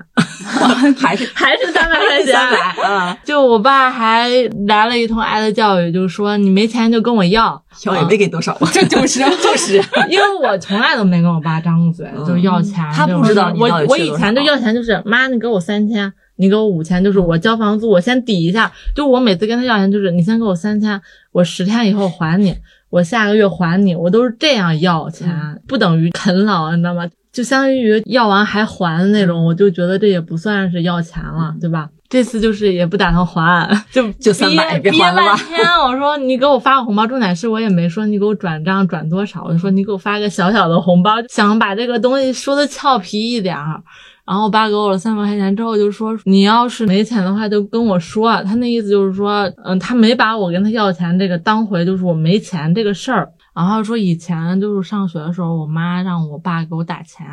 S1: 还是
S3: 还是三百
S1: 还
S3: 块
S1: 是 (laughs)
S3: 钱，
S1: 三百啊？
S3: 就我爸还来了一通爱的教育，就说你没钱就跟我要，
S1: 小也没给多少吧，就九十，就是。
S3: (laughs) 因为我从来都没跟我爸张嘴，
S1: 嗯
S3: 就要钱。
S1: 他
S3: 这种
S1: 不知道你
S3: 我
S1: 到底
S3: 我
S1: 缺
S3: 以
S1: 多
S3: 前
S1: 少
S3: 就要钱，就是妈，你给我三千，你给我五千，就是我交房租，我先抵一下。就我每次跟他要钱，就是你先给我三千，我十天以后还你，我下个月还你，我都是这样要钱，
S1: 嗯
S3: 不等于啃老，你知道吗？就相当于要完还还的那种，我就觉得这也不算是要钱
S1: 嗯
S3: 了，对吧？这次就是也不打算还，就
S1: 就300
S3: 憋
S1: 别还了吧
S3: 憋半天我说你给我发个红包，重点是我也没说你给我转账转多少，嗯我就说你给我发个小小的红包，想把这个东西说的俏皮一点儿。然后我爸给我了三百块钱之后，就说你要是没钱的话就跟我说。他那意思就是说，嗯，他没把我跟他要钱这个当回，就是我没钱这个事儿。然后说以前就是上学的时候，我妈让我爸给我打钱，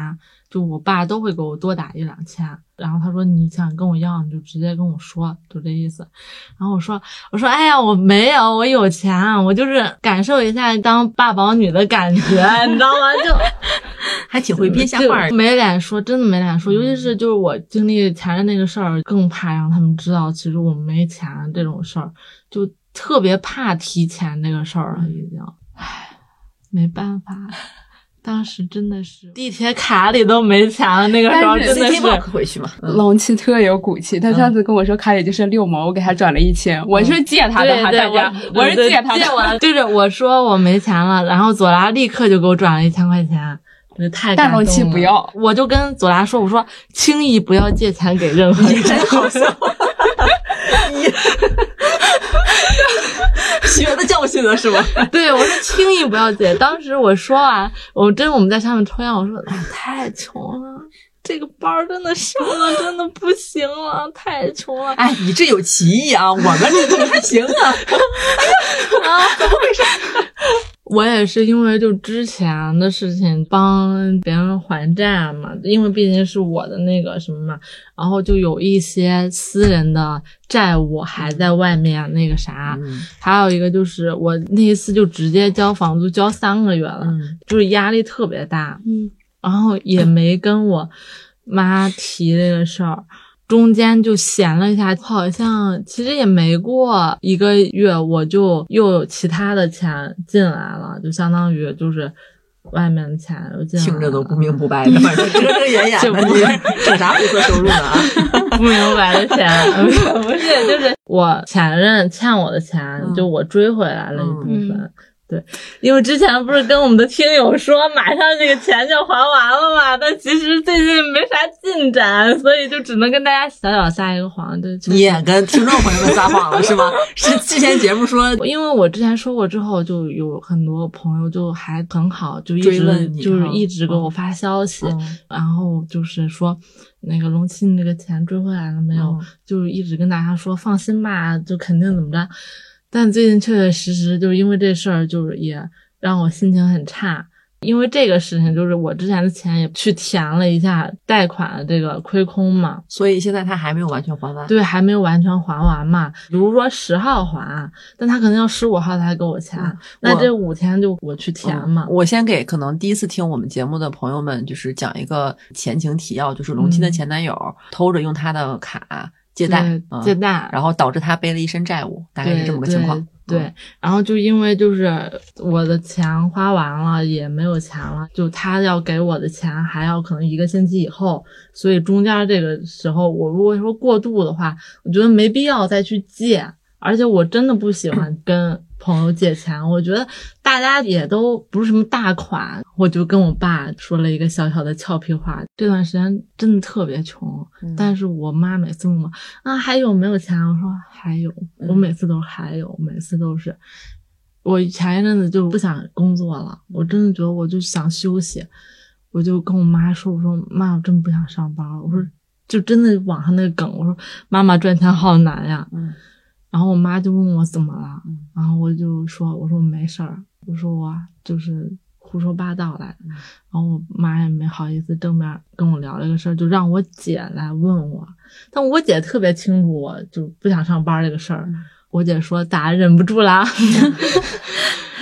S3: 就我爸都会给我多打一两千。然后他说你想跟我要，你就直接跟我说，就这意思。然后我说我说哎呀，我没有，我有钱，啊我就是感受一下当爸宝女的感觉， (laughs) 你知道吗？就。
S1: 还挺会编瞎话儿
S3: 嗯就。没脸说，真的没脸说。尤其是就是我经历前任那个事儿，更怕让他们知道其实我没钱啊这种事儿，就特别怕提钱这个事儿了，已经。唉，没办法，当时真的是地铁卡里都没钱了，那个时候
S2: 但是
S3: 真的
S1: CT
S3: 是。
S1: walk 回去嘛？嗯
S2: 龙七特有骨气，他上次跟我说卡里就剩六毛，我给他转了一千，我是借他的
S3: 对，
S2: 哈，
S3: 对
S2: 大家，
S3: 我
S2: 我是
S3: 对
S2: 借他
S3: 借我
S2: 的。
S3: 的， (laughs) 就是我说我没钱了，然后左拉立刻就给我转了一千块钱，我就太
S2: 但
S3: 感动
S2: 龙七
S3: 了
S2: 不
S3: (laughs)
S2: 要，
S3: 我就跟左拉说，我说轻易不要借钱给任何人，
S1: 你
S3: (laughs)
S1: 真好笑，你 (laughs) 学的教训了是吗？
S3: 对，我说轻易不要借。当时我说完，我真我们在上面抽烟，我说哎太穷了，这个包真的瘦的真的不行了，太穷了。
S1: 哎，你这有歧义啊！我们这这还行啊，
S3: 啊，怎么回事？我也是因为就之前的事情帮别人还债嘛，因为毕竟是我的那个什么嘛，然后就有一些私人的债务还在外面那个啥，
S1: 嗯
S3: 还有一个就是我那一次就直接交房租交三个月了，
S1: 嗯
S3: 就是压力特别大，
S2: 嗯，
S3: 然后也没跟我妈提这个事儿，中间就闲了一下，好像其实也没过一个月，我就又有其他的钱进来了，就相当于就是外面的钱又进来了，
S1: 听着都不明不白的，反正遮遮掩掩的，你整啥灰色收入呢？啊， (laughs)
S3: (laughs) 不明白的钱，不 (laughs) 是就是我前任欠我的钱，
S1: 嗯
S3: 就我追回来了一部分。
S2: 嗯
S3: 对，因为之前不是跟我们的听友说马上这个钱就还完了嘛， (laughs) 但其实最近没啥进展，所以就只能跟大家小小撒一个谎。对，就是
S1: 你也跟听众朋友们撒谎了是吗？是之前节目说
S3: 因为我之前说过之后，就有很多朋友就还很好，就一
S1: 追问
S3: 直
S1: 你
S3: 就是
S1: 哈嗯
S3: 一直给我发消息，然后就是说，那个龙七，你这个钱追回来了没有？
S1: 嗯
S3: 就是一直跟大家说放心吧，就肯定怎么着。但最近确确实实就是因为这事儿，就是也让我心情很差。因为这个事情，就是我之前的钱也去填了一下贷款的这个亏空嘛，
S1: 所以现在他还没有完全还完。
S3: 对，还没有完全还完嘛。比如说十号还，但他可能要十五号才给我钱，
S1: 嗯
S3: 那
S1: 我
S3: 这五天就我去填嘛。
S1: 嗯我先给可能第一次听我们节目的朋友们，就是讲一个前情提要，就是龙七的
S3: 嗯
S1: 前男友、偷着用她的卡借贷，
S3: 对，借
S1: 嗯，
S3: 贷，
S1: 然后导致她背了一身债务，大概是这么个情况。嗯
S3: 对，对然后就因为就是我的钱花完了，也没有钱了，就他要给我的钱还要可能一个星期以后，所以中间这个时候，我如果说过度的话，我觉得没必要再去借，而且我真的不喜
S1: (clears throat)
S3: 欢跟。朋友借钱，我觉得大家也都不是什么大款，我就跟我爸说了一个小小的俏皮话。这段时间真的特别穷，
S1: 嗯
S3: 但是我妈每次问我啊还有没有钱，我说还有，我
S1: 嗯
S3: 每次都是还有，每次都是。我前一阵子就不想工作了，我真的觉得我就想休息，我就跟我妈说，我说妈，我真不想上班了，我说就真的网上那个梗，我说妈妈赚钱好难呀，
S1: 嗯
S3: 然后我妈就问我怎么了，
S1: 嗯
S3: 然后我就说我说没事儿，我说我就是胡说八道来的，
S1: 嗯
S3: 然后我妈也没好意思正面跟我聊这个事儿，就让我姐来问我，但我姐特别清楚我就不想上班这个事儿，
S1: 嗯
S3: 我姐说咋忍不住啦。 (laughs)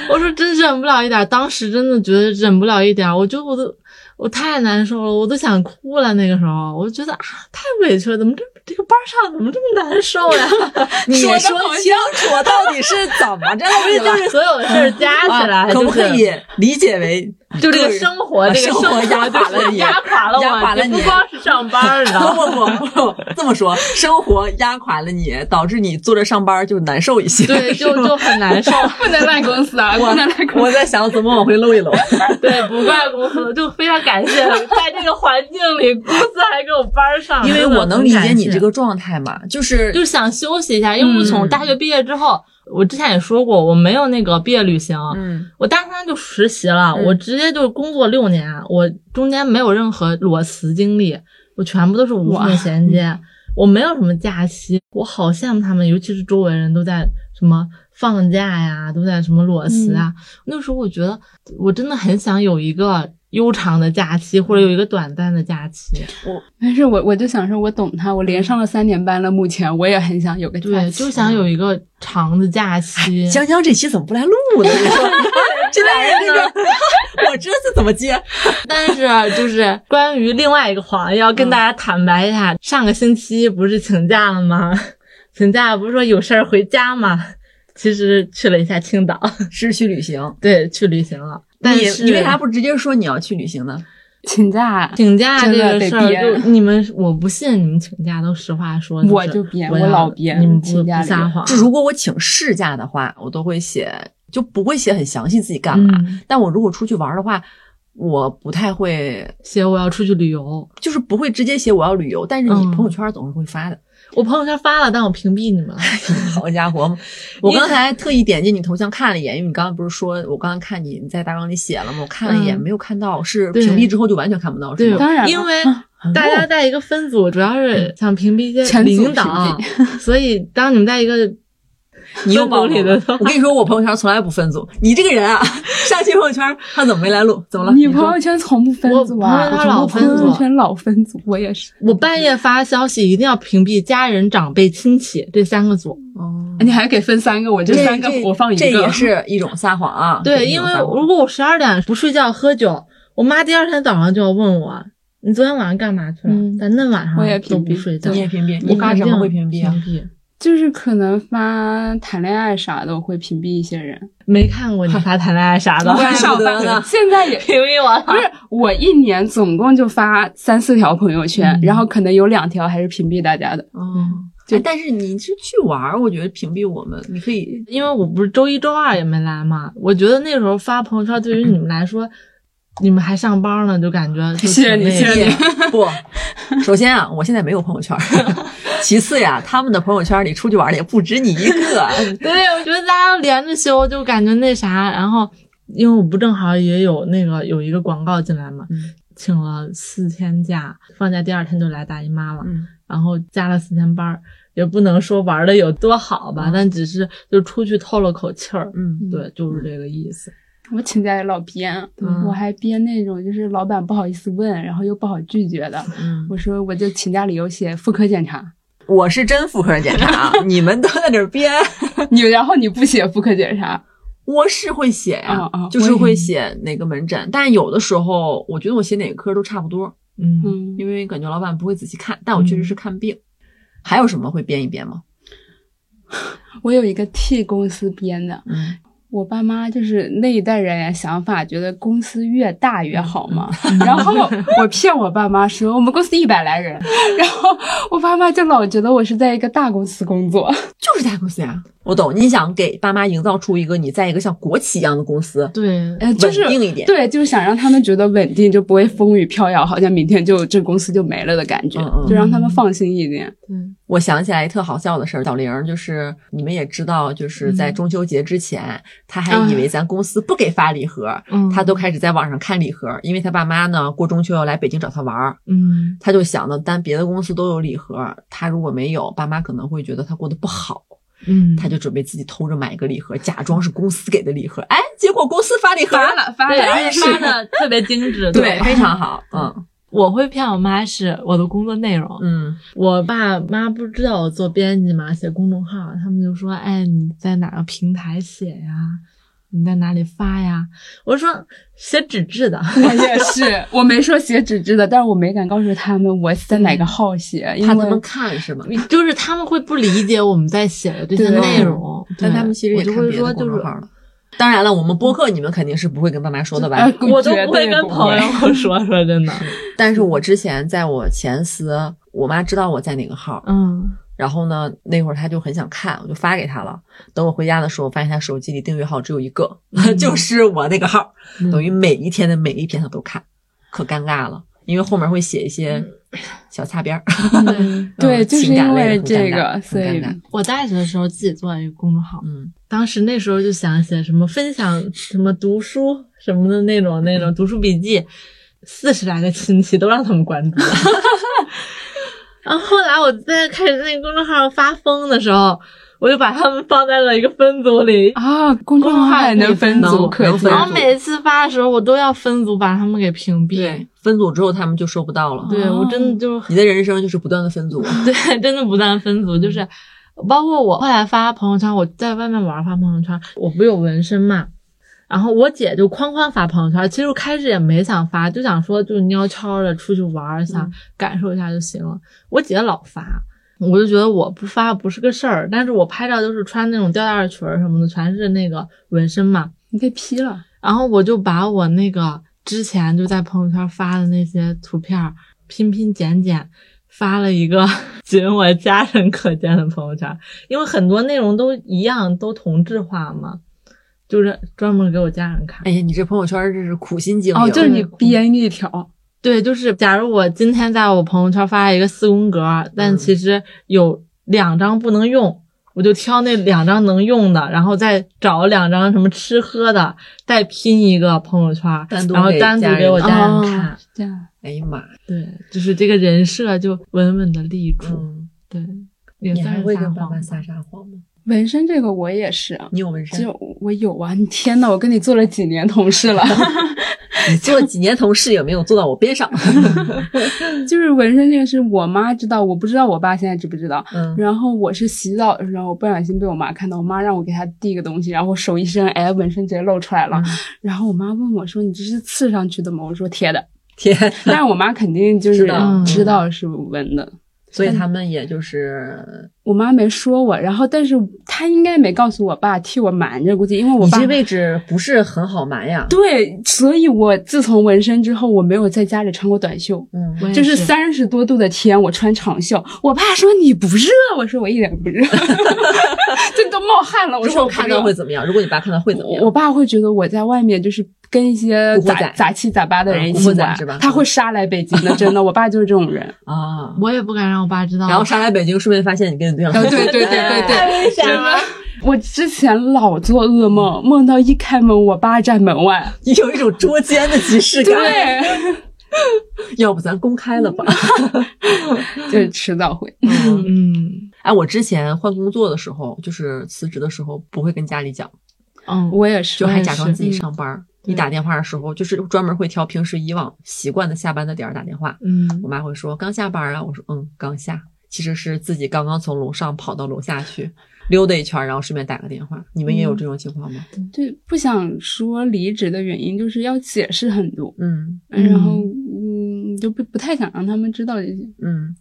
S3: 我说真忍不了一点儿，当时真的觉得忍不了一点儿，我觉得我都我太难受了，我都想哭了。那个时候，我觉得啊，太委屈了，怎么这这个班上怎么这么难受呀？
S1: (laughs) 你
S3: 说
S1: 说
S3: 得好
S1: 清楚到底 (laughs) 是怎么着
S3: 不是，
S1: 了？
S3: 就是所有的事儿加起来，
S1: 啊可不可
S3: 就是
S1: 以理解
S3: (laughs)
S1: 为
S3: 就这
S1: 个
S3: 个
S1: 人
S3: 生活，
S1: 啊
S3: 这个
S1: 生活
S3: 活
S1: 压垮了
S3: 就是
S1: 你
S3: 压垮了我，
S1: 压垮了
S3: 就
S1: 你
S3: 不光是上班儿，你知道吗？
S1: 不不不不，这么说，生活压垮了你，导致你坐着上班就难受一些。
S3: 对，就是
S1: 吗
S3: 就很难受。
S2: 不能赖公司啊，不能赖
S1: (laughs)
S2: 公
S1: 我在想怎么往回搂
S3: (laughs)
S1: 一搂。
S3: 对，不怪公司，就非常感
S1: (laughs)
S3: 谢，在这个环境里，公司还给我班儿上，
S1: 因为
S3: 真的
S1: 我能
S3: 很
S1: 理解
S3: 感
S1: 你
S3: 谢
S1: 这个状态嘛，就是
S3: 就是想休息一下，因为我从
S1: 嗯
S3: 大学毕业之后，我之前也说过，我没有那个毕业旅行，
S1: 嗯
S3: 我大三就实习了，
S1: 嗯
S3: 我直接就工作六年，我中间没有任何裸辞经历，我全部都是无缝衔接，我没有什么假期，我好羡慕他们，尤其是周围人都在什么放假呀，都在什么裸辞啊。那时候我觉得我真的很想有一个悠长的假期，或者有一个短暂的假期。
S2: 但是我我就想说，我懂他，我连上了三年班了，目前我也很想有个假
S3: 嗯对，
S2: 期啊
S3: 就想有一个长的假 (laughs) 期。
S1: 江江这期怎么不来录呢？ (laughs) 你说这俩人这个， (laughs) 我这是怎么接？
S3: (laughs) 但是就是关于另外一个谎，要跟大家坦白
S2: 嗯
S3: 一下，上个星期不是请假了吗？ (laughs) 请假不是说有事儿回家吗？ (laughs) 其实去了一下青岛， (laughs)
S1: 是去旅行。
S3: 对，去旅行了。但
S1: 你
S3: 是
S1: 你为啥不直接说你要去旅行呢？
S2: 请假，
S3: 请假这
S2: 真的
S3: 个
S2: 得
S3: 事儿，
S2: 编
S3: 就你们我不信你们请假都实话说，
S2: 我
S3: 是
S2: 就编
S3: 我
S2: 我
S3: 要
S2: 老编
S3: 你们不
S2: 请
S3: 不
S2: 假里
S3: 撒谎，
S1: 就如果我请事假的话，我都会写，就不会写很详细自己干嘛。
S3: 嗯，
S1: 但我如果出去玩的话，我不太会，
S3: 写我要出去旅游，
S1: 就是不会直接写我要旅游，但是你
S3: 嗯
S1: 朋友圈总是会发的。 (laughs)
S3: 我朋友圈发了，但我屏蔽你们了。
S1: 好家伙，我刚才特意点进你头像看了一眼，因为你刚刚不是说我刚刚看你你在大纲里写了吗？我看了一眼，
S3: 嗯
S1: 没有看到，是
S3: 对
S1: 屏蔽之后就完全看不到，是
S3: 对，
S1: 吗？
S2: 当然了
S3: 因为大家在一个分组，主要是想屏蔽一些
S2: 全组
S3: 领导，所以当你们在一个
S1: 你又
S3: 分组
S1: 暴露
S3: 里
S1: 了
S3: 的
S1: 啊我跟你说，我朋友圈从来不分组，你这个人啊，上期朋友圈他怎么没来录？怎么了？
S2: 你
S1: 说
S2: 朋友圈从不分
S3: 我
S2: 组啊，
S3: 朋友圈
S2: 我
S3: 老分
S2: 朋友
S3: 组嗯
S2: 圈老分组，我也是。
S3: 我半夜发消息一定要屏蔽家人、长辈、亲戚这三个组。
S1: 哦
S2: (laughs) 你还给分三个，我这
S1: 这
S2: 三个
S1: 这
S2: 我放一个，
S1: 这也是一种撒谎啊。这
S3: 对，
S1: 也是一
S3: 因
S1: 种
S3: 为
S1: 撒谎
S3: 如果我十二点不睡觉喝酒，我妈第二天早上就要问我，你昨天晚上干嘛去了？
S2: 嗯
S3: 咱那晚上
S2: 我也
S3: 都不
S2: 屏蔽
S3: 睡觉
S1: 你。也屏蔽，
S3: 我
S1: 你发
S3: 一
S1: 什
S3: 定
S1: 么会屏蔽啊？
S2: 就是可能发谈恋爱啥的，我会屏蔽一些
S3: (laughs)
S2: 人。
S3: 没看过你发谈恋爱啥 (laughs) 的，
S1: 我也
S2: 很
S1: 是
S2: 少
S1: 不得
S2: 发
S1: 呢
S2: 现在
S3: (laughs)
S2: 也
S3: 屏蔽我
S2: 不
S3: 了。
S2: 是我一年总共就发三四条朋友圈，
S3: 嗯
S2: 然后可能有两条还是屏蔽大家的。
S1: 嗯，
S2: 就
S1: 哎但是你是去玩儿，我觉得屏蔽我们，你可以
S3: 因为我不是周一周二也没来嘛，我觉得那时候发朋友圈对于你们来说，你们还上班呢，就感觉
S2: 谢
S3: 就
S2: 谢
S3: 挺
S2: 你
S3: 累
S2: 谢谢
S3: 的
S2: 你
S1: 也
S2: (laughs)
S1: 不，首先啊，我现在没有朋友圈儿。其次呀，他们的朋友圈里出去玩儿的也不止你一
S2: (laughs)
S1: 个。嗯
S3: 对，我觉得大家连着修，就感觉那啥。然后，因为我不正好也有那个有一个广告进来嘛，
S1: 嗯
S3: 请了四天假，放假第二天就来大姨妈了，
S1: 嗯
S3: 然后加了四天班儿，也不能说玩的有多好
S1: 嗯
S3: 吧，但只是就出去透了口气儿。
S1: 嗯，
S3: 对，就是这个意思。
S2: 我请假也老编，
S1: 嗯
S2: 我还编那种就是老板不好意思问，然后又不好拒绝的。
S1: 嗯，
S2: 我说我就请假理由写妇科检查， (laughs)
S1: 我是真妇科检查，啊你们都在那儿编。
S2: 你然后你不写妇科检查，
S1: 我是会写呀
S2: 啊啊，
S1: 就是会写哪个门诊，但有的时候我觉得我写哪个科都差不多，
S3: 嗯，
S2: 嗯，
S1: 因为感觉老板不会仔细看，但我确实是看病。还有什么会编一编吗？
S2: 我有一个替公司编的，
S1: 嗯，
S2: 我爸妈就是那一代人想法，觉得公司越大越好嘛。
S1: 嗯
S2: 然后我骗我爸妈说我们公司一百来人， (laughs) 然后我爸妈就老觉得我是在一个大公司工作。
S1: 就是大公司呀。我懂，你想给爸妈营造出一个你在一个像国企一样的公司，
S3: 对，
S2: 呃，就是
S1: 稳定一点
S2: 对，就是想让他们觉得稳定，就不会风雨飘摇，好像明天就这公司就没了的感觉，
S1: 嗯嗯
S2: 就让他们放心一点。
S3: 对，
S1: 我想起来一特好笑的事儿，小玲儿就是你们也知道，就是在
S3: 嗯
S1: 中秋节之前，她还
S2: 啊
S1: 以为咱公司不给发礼盒，
S3: 嗯，
S1: 她都开始在网上看礼盒，因为她爸妈呢过中秋要来北京找她玩儿，
S3: 嗯，
S1: 她就想呢，但别的公司都有礼盒，她如果没有，爸妈可能会觉得她过得不好，
S3: 嗯，
S1: 她就准备自己偷着买一个礼盒，假装是公司给的礼盒，哎，结果公司发礼盒，
S2: 了啊发
S3: 对，而且发的特别精致。
S1: 对，非常好，嗯
S3: 我会骗我妈是我的工作内容，
S1: 嗯
S3: 我爸妈不知道我做编辑嘛，写公众号，他们就说：“哎，你在哪个平台写呀？你在哪里发呀？”我说：“写纸质的。 (laughs)
S2: 我也是，我没说写纸质的，但是我没敢告诉他们我在哪个号写，因为
S1: 怕他们看是吗？”
S3: 就是他们会不理解我们在写的这些
S2: 对
S3: 内容，
S1: 但
S3: 对
S1: 他们其实
S3: 我
S1: 也
S3: 就
S1: 看
S3: 会
S1: 别的
S3: 说，
S1: 公
S3: 就
S1: 众
S3: 是
S1: 号了。当然了，我们播客你们肯定是不会跟爸妈说的吧？
S2: 呃
S3: 我都
S2: 绝
S3: 不会
S2: 对
S3: 跟
S2: 不嗯
S3: 朋友说说真的，
S1: 但是我之前在我前司，我妈知道我在哪个号，
S3: 嗯
S1: 然后呢，那会儿她就很想看，我就发给她了。等我回家的时候，发现她手机里订阅号只有一个， (laughs) 就是我那个号，
S3: 嗯
S1: 等于每一天的每一篇她都看，可尴尬了，因为后面会写一些小擦边儿。
S2: 对，
S3: 对
S1: 嗯
S2: 就是
S1: 情感
S2: 因
S1: 类
S2: 为
S1: 的
S2: 这
S1: 很尴尬
S2: 个，所
S1: 很
S2: 以
S1: 尴尬
S3: 我大学的时候自己做了一个公众号，
S1: 嗯，
S3: 当时那时候就想写什么分享什么读书什么的那种那种读书笔记，四十来个亲戚都让他们关 (laughs) 注了。然后后来我在开始那个公众号发疯的时候，我就把他们放在了一个分组里，
S2: 啊，公众号也能分组，
S1: 能
S2: 可
S1: 哦能
S2: 见
S1: 分
S3: 哦然后
S1: 组
S3: 每次发的时候我都要分组把他们给屏蔽。哦
S1: 对，分组之后他们就收不到了。
S3: 对，我真的就
S1: 你的人生就是不断的分组，
S3: (laughs) 对，真的不但分组，就是包括我后来发朋友圈，我在外面玩发朋友圈，我不有纹身嘛，然后我姐就哐哐发朋友圈，其实我开始也没想发，就想说就悄悄的出去玩儿，想感受一下就行了。我姐老发。我就觉得我不发不是个事儿，但是我拍照就是穿那种吊带儿裙儿什么的，全是那个纹身嘛。
S2: 你被批了。
S3: 然后我就把我那个之前就在朋友圈发的那些图片儿拼拼剪剪发了一个 (laughs) 仅我家人可见的朋友圈，因为很多内容都一样，都同质化嘛，就是专门给我家人看
S1: 哎。呀，你这朋友圈真是苦心经营。
S2: 哦，就是你编一条，
S3: 对，就是假如我今天在我朋友圈发了一个四宫格，但
S1: 嗯
S3: 其实有两张不能用。我就挑那两张能用的，然后再找两张什么吃喝的，再拼一个朋友圈，
S1: 单独
S3: 然后
S1: 给
S3: 单独
S1: 家
S3: 给
S1: 人
S3: 我家人
S2: 哦
S3: 看。
S2: 这样
S1: 哎呀妈呀，
S3: 对，就是这个人设就稳稳的立住。
S1: 嗯，
S3: 对，也
S1: 你
S3: 算
S1: 还
S3: 是
S1: 会
S3: 撒
S1: 跟爸
S3: 谎
S1: 妈
S3: 吧
S1: 撒撒谎吗？
S2: 纹身这个我也是，啊
S1: 你有纹身？
S2: 就我有啊！你天呐，我跟你做了几年同
S1: (laughs)
S2: 事了，
S1: 你做几年同事也没有坐到我边
S2: (laughs)
S1: 上。
S2: 就是纹身这个是我妈知道，我不知道我爸现在知不知道。
S1: 嗯，
S2: 然后我是洗澡的时候不小心被我妈看到，我妈让我给她递个东西，然后我手一伸，哎，纹身直接露出来了。
S1: 嗯
S2: 然后我妈问我说：“你这是刺上去的吗？”我说：“
S1: (laughs)
S2: 贴的。
S1: 天，”
S2: 但是我妈肯定就
S1: 知
S2: 是
S1: 道
S2: 知道是纹的。
S1: 所以他们也就是
S2: 我妈没说我，然后但是她应该没告诉我爸，替我瞒着，估计因为我
S1: 你
S2: 爸
S1: 这位置不是很好瞒呀。
S2: 对，所以我自从纹身之后，我没有在家里穿过短袖。
S1: 嗯，
S3: 我也
S2: 就是三十多度的天，我穿长袖，我爸说你不热，我说我一点
S1: (laughs)
S2: 不热，这都冒汗了。我
S1: 如果
S2: 说我
S1: 我
S2: 不
S1: 看
S2: 热
S1: 到会怎么样？如果你爸看到会怎么样？
S2: 我爸会觉得我在外面就是跟一些
S1: 古惑仔
S2: 杂杂七杂八的人一
S1: 嗯
S2: 起
S1: 古惑仔
S2: 玩
S1: 是吧，
S2: 他会杀来
S1: (laughs)
S2: 北京的，真的，我爸就是这种人。
S1: 啊，
S3: 我也不敢让我爸知道。
S1: 然后杀来北京，顺便发现你跟你对象
S2: 然后啊对对对对对，
S1: 哎
S3: 为啥？
S2: 我之前老做噩
S1: 嗯
S2: 梦，梦到一开门我爸站门外，
S1: 你 (laughs) 有一种捉奸的即视感。
S2: 对，
S1: (laughs) 要不咱公开了吧？
S2: 就是迟早会。
S1: 嗯
S3: 嗯
S1: 哎，我之前换工作的时候，就是辞职的时候，不会跟家里讲，
S3: 嗯，
S2: 我也是，嗯
S1: 就还假装自己上班儿。
S3: 对
S1: 你打电话的时候，就是专门会挑平时以往习惯的下班的点儿打电话。
S3: 嗯
S1: 我妈会说刚下班儿啊，我说嗯，刚下，其实是自己刚刚从楼上跑到楼下去溜达一圈儿，然后顺便打个电话。你们
S3: 嗯
S1: 也有这种情况吗？
S2: 对，不想说离职的原因就是要解释很多，
S1: 嗯
S2: 哎然后嗯，就不不太想让他们知道这些。
S1: 嗯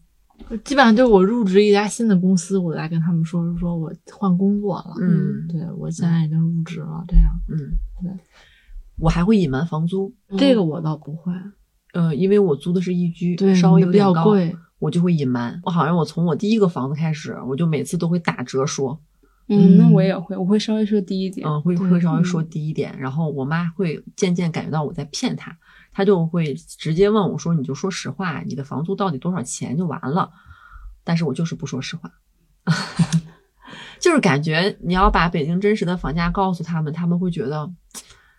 S3: 基本上就是我入职一家新的公司，我来跟他们说说我换工作了，
S1: 嗯
S3: 对我现在已经入职了，这样。
S1: 嗯
S3: 对，
S1: 我还会隐瞒房租，
S2: 嗯
S3: 这个我倒不会，
S1: 呃，因为我租的是一居，
S3: 嗯对，
S1: 稍微有
S3: 比
S1: 点
S3: 较
S1: 高，
S3: 贵，
S1: 我就会隐瞒。我好像我从我第一个房子开始，我就每次都会打折说，
S2: 嗯，那
S3: 嗯
S2: 我也会，我会稍微说低一点。
S1: 嗯，会
S3: 对
S1: 会稍微
S2: 嗯
S1: 说低一点。然后我妈会渐渐感觉到我在骗她，她就会直接问我说：“你就说实话，你的房租到底多少钱就完了。”但是我就是不说实话， (laughs) 就是感觉你要把北京真实的房价告诉他们，他们会觉得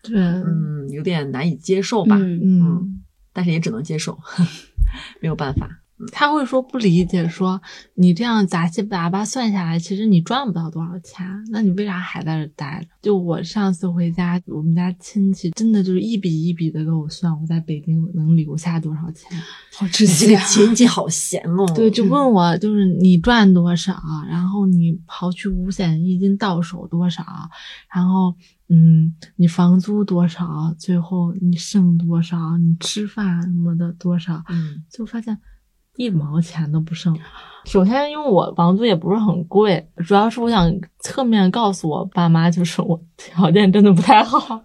S3: 对，嗯
S1: 嗯有点难以接受吧，
S2: 嗯，
S3: 嗯，
S1: 但是也只能接受， (laughs) 没有办法。
S3: 他会说不理解，说你这样杂七杂八算下来，其实你赚不到多少钱，那你为啥还在这待着？就我上次回家，我们家亲戚真的就是一笔一笔的给我算，我在北京能留下多少钱。
S2: 好窒
S1: 你这
S2: 息
S1: 个
S2: 啊！
S1: 亲戚好闲哦，
S3: 对，就问我就是你赚多少，然后你刨去五险一金到手多少，然后嗯，你房租多少，最后你剩多少，你吃饭什么的多少，
S1: 嗯
S3: 就发现一毛钱都不剩。首先，因为我房租也不是很贵，主要是我想侧面告诉我爸妈，就是我条件真的不太 (laughs) 好。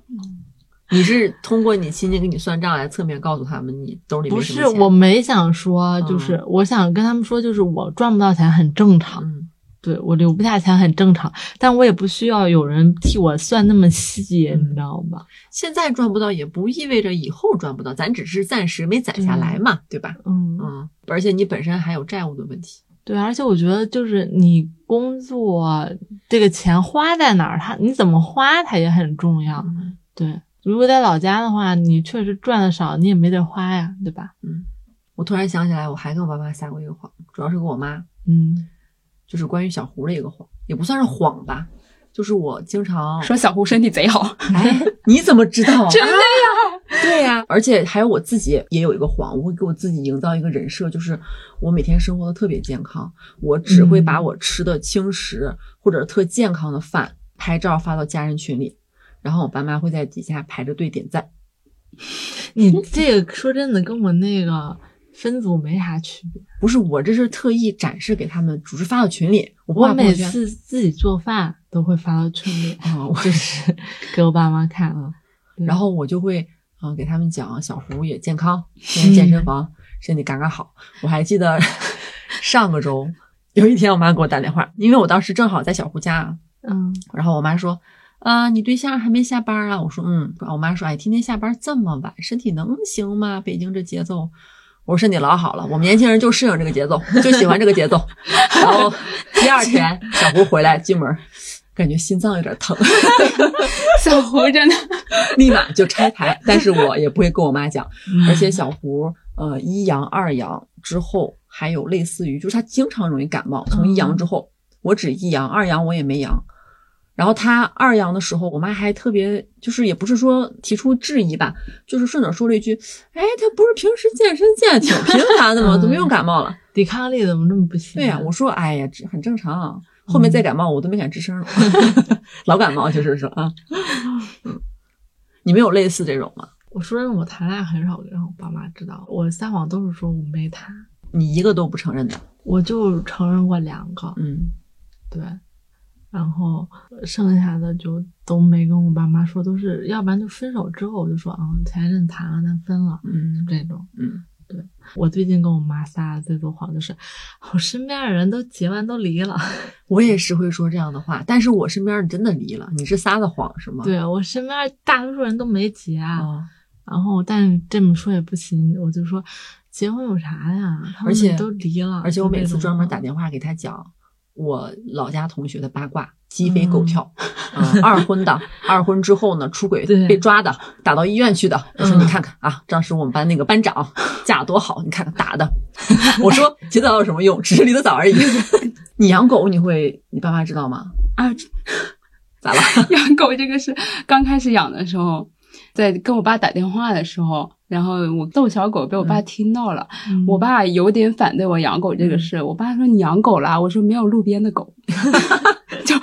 S1: 你是通过你亲戚给你算账来侧面告诉他们你兜里没
S3: 不
S1: 什
S3: 是，
S1: 么钱
S3: 我没想说，就是、我想跟他们说，就是我赚不到钱很正常。
S1: 嗯
S3: 对我留不下钱很正常，但我也不需要有人替我算那么细，
S1: 嗯
S3: 你知道吧？
S1: 现在赚不到也不意味着以后赚不到，咱只是暂时没攒下来嘛，对吧？
S3: 嗯，
S1: 嗯，而且你本身还有债务的问题，
S3: 对，而且我觉得就是你工作这个钱花在哪儿，它你怎么花它也很重要。
S1: 嗯
S3: 对，如果在老家的话，你确实赚的少，你也没得花呀，对吧？
S1: 我突然想起来，我还跟我爸妈撒过一个谎，主要是跟我妈，
S3: 嗯，
S1: 就是关于小胡的一个谎，也不算是谎吧，就是我经常
S2: (laughs) 说小胡身体贼好，
S1: 哎，你怎么知道？
S2: 真的
S1: 呀、对呀、而且还有我自己也有一个谎，我会给我自己营造一个人设，就是我每天生活的特别健康，我只会把我吃的轻食、或者特健康的饭拍照发到家人群里，然后我爸妈会在底下排着队点赞。
S3: 你这个说真的跟我那个分组没啥区别。
S1: 不是我，这是特意展示给他们，只是发到群里，我不
S3: 我
S1: 发朋
S3: 每
S1: 友圈。
S3: 次自己做饭都会发到群 (laughs) 里，
S1: 啊、我
S3: 就是给我爸妈看啊。对
S1: 然后我就会嗯、呃给他们讲小胡也健康，现在健身房、身体嘎嘎好。我还记得上个周有一天，我妈给我打电话，因为我当时正好在小胡家，
S3: 嗯，
S1: 然后我妈说。啊、你对象还没下班啊？我说，嗯。我妈说，哎，天天下班这么晚，身体能行吗？北京这节奏，我说身体老好了，我们年轻人就适应这个节奏，就喜欢这个节奏。然后第二天，小胡回来进门，感觉心脏有点疼。 (laughs)
S2: 小胡真的，
S1: 立马就拆台，但是我也不会跟我妈讲。
S3: 嗯
S1: 而且小胡，呃，一阳、二阳之后，还有类似于，就是他经常容易感冒，从一阳之后，我只一阳，二阳我也没阳。然后他二阳的时候，我妈还特别，就是也不是说提出质疑吧，就是顺嘴说了一句：“哎，他不是平时健身健得挺频繁的吗？怎么又感冒了
S3: 抵抗力怎么这么不？”行？啊
S1: 对呀、我说：“哎呀，这很正常啊。”后面再感冒，我都没敢吱声了，老感冒就是说啊，嗯，你们有类似这种吗？
S3: 我说真的，我谈恋爱很少让我爸妈知道，我撒谎都是说我没谈，
S1: 你一个都不承认的，
S3: 我就承认过两个，
S1: 嗯，
S3: 对，然后剩下的就都没跟我爸妈说，都是要不然就分手之后我就说啊，前一阵谈了，但分了，就
S1: 嗯
S3: 这种。
S1: 嗯，
S3: 我最近跟我妈撒的最多谎就是，我身边的人都结完都离了，
S1: 我也是会说这样的话，但是我身边人真的离了，你是撒的谎是吗？
S3: 对我身边大多数人都没结啊。
S1: 啊，
S3: 然后但这么说也不行，我就说结婚有啥呀？他
S1: 而且
S3: 们都离了，
S1: 而且我每次专门打
S3: 就
S1: 电话给他讲我老家同学的八卦，鸡飞
S3: 嗯
S1: 狗跳，啊， (laughs) 二婚的，二婚之后呢出轨
S3: 对
S1: 被抓的，打到医院去的。我说
S3: 嗯
S1: 你看看啊，当时我们班那个班长嫁得多好，你看看打的。 (laughs) 我说结早有什么用，只是离得早
S3: (laughs)
S1: 而已。你养狗你会，你爸妈知道吗？
S2: 啊，
S1: 咋了？
S2: 养狗这个是刚开始养的时候，在跟我爸打电话的时候，然后我逗小狗被我爸听到了，
S3: 这么多。
S1: 嗯
S2: 我爸有点反对我养狗这个事，我爸说你养狗啦，我说没有路边的
S1: (laughs)
S2: 狗。就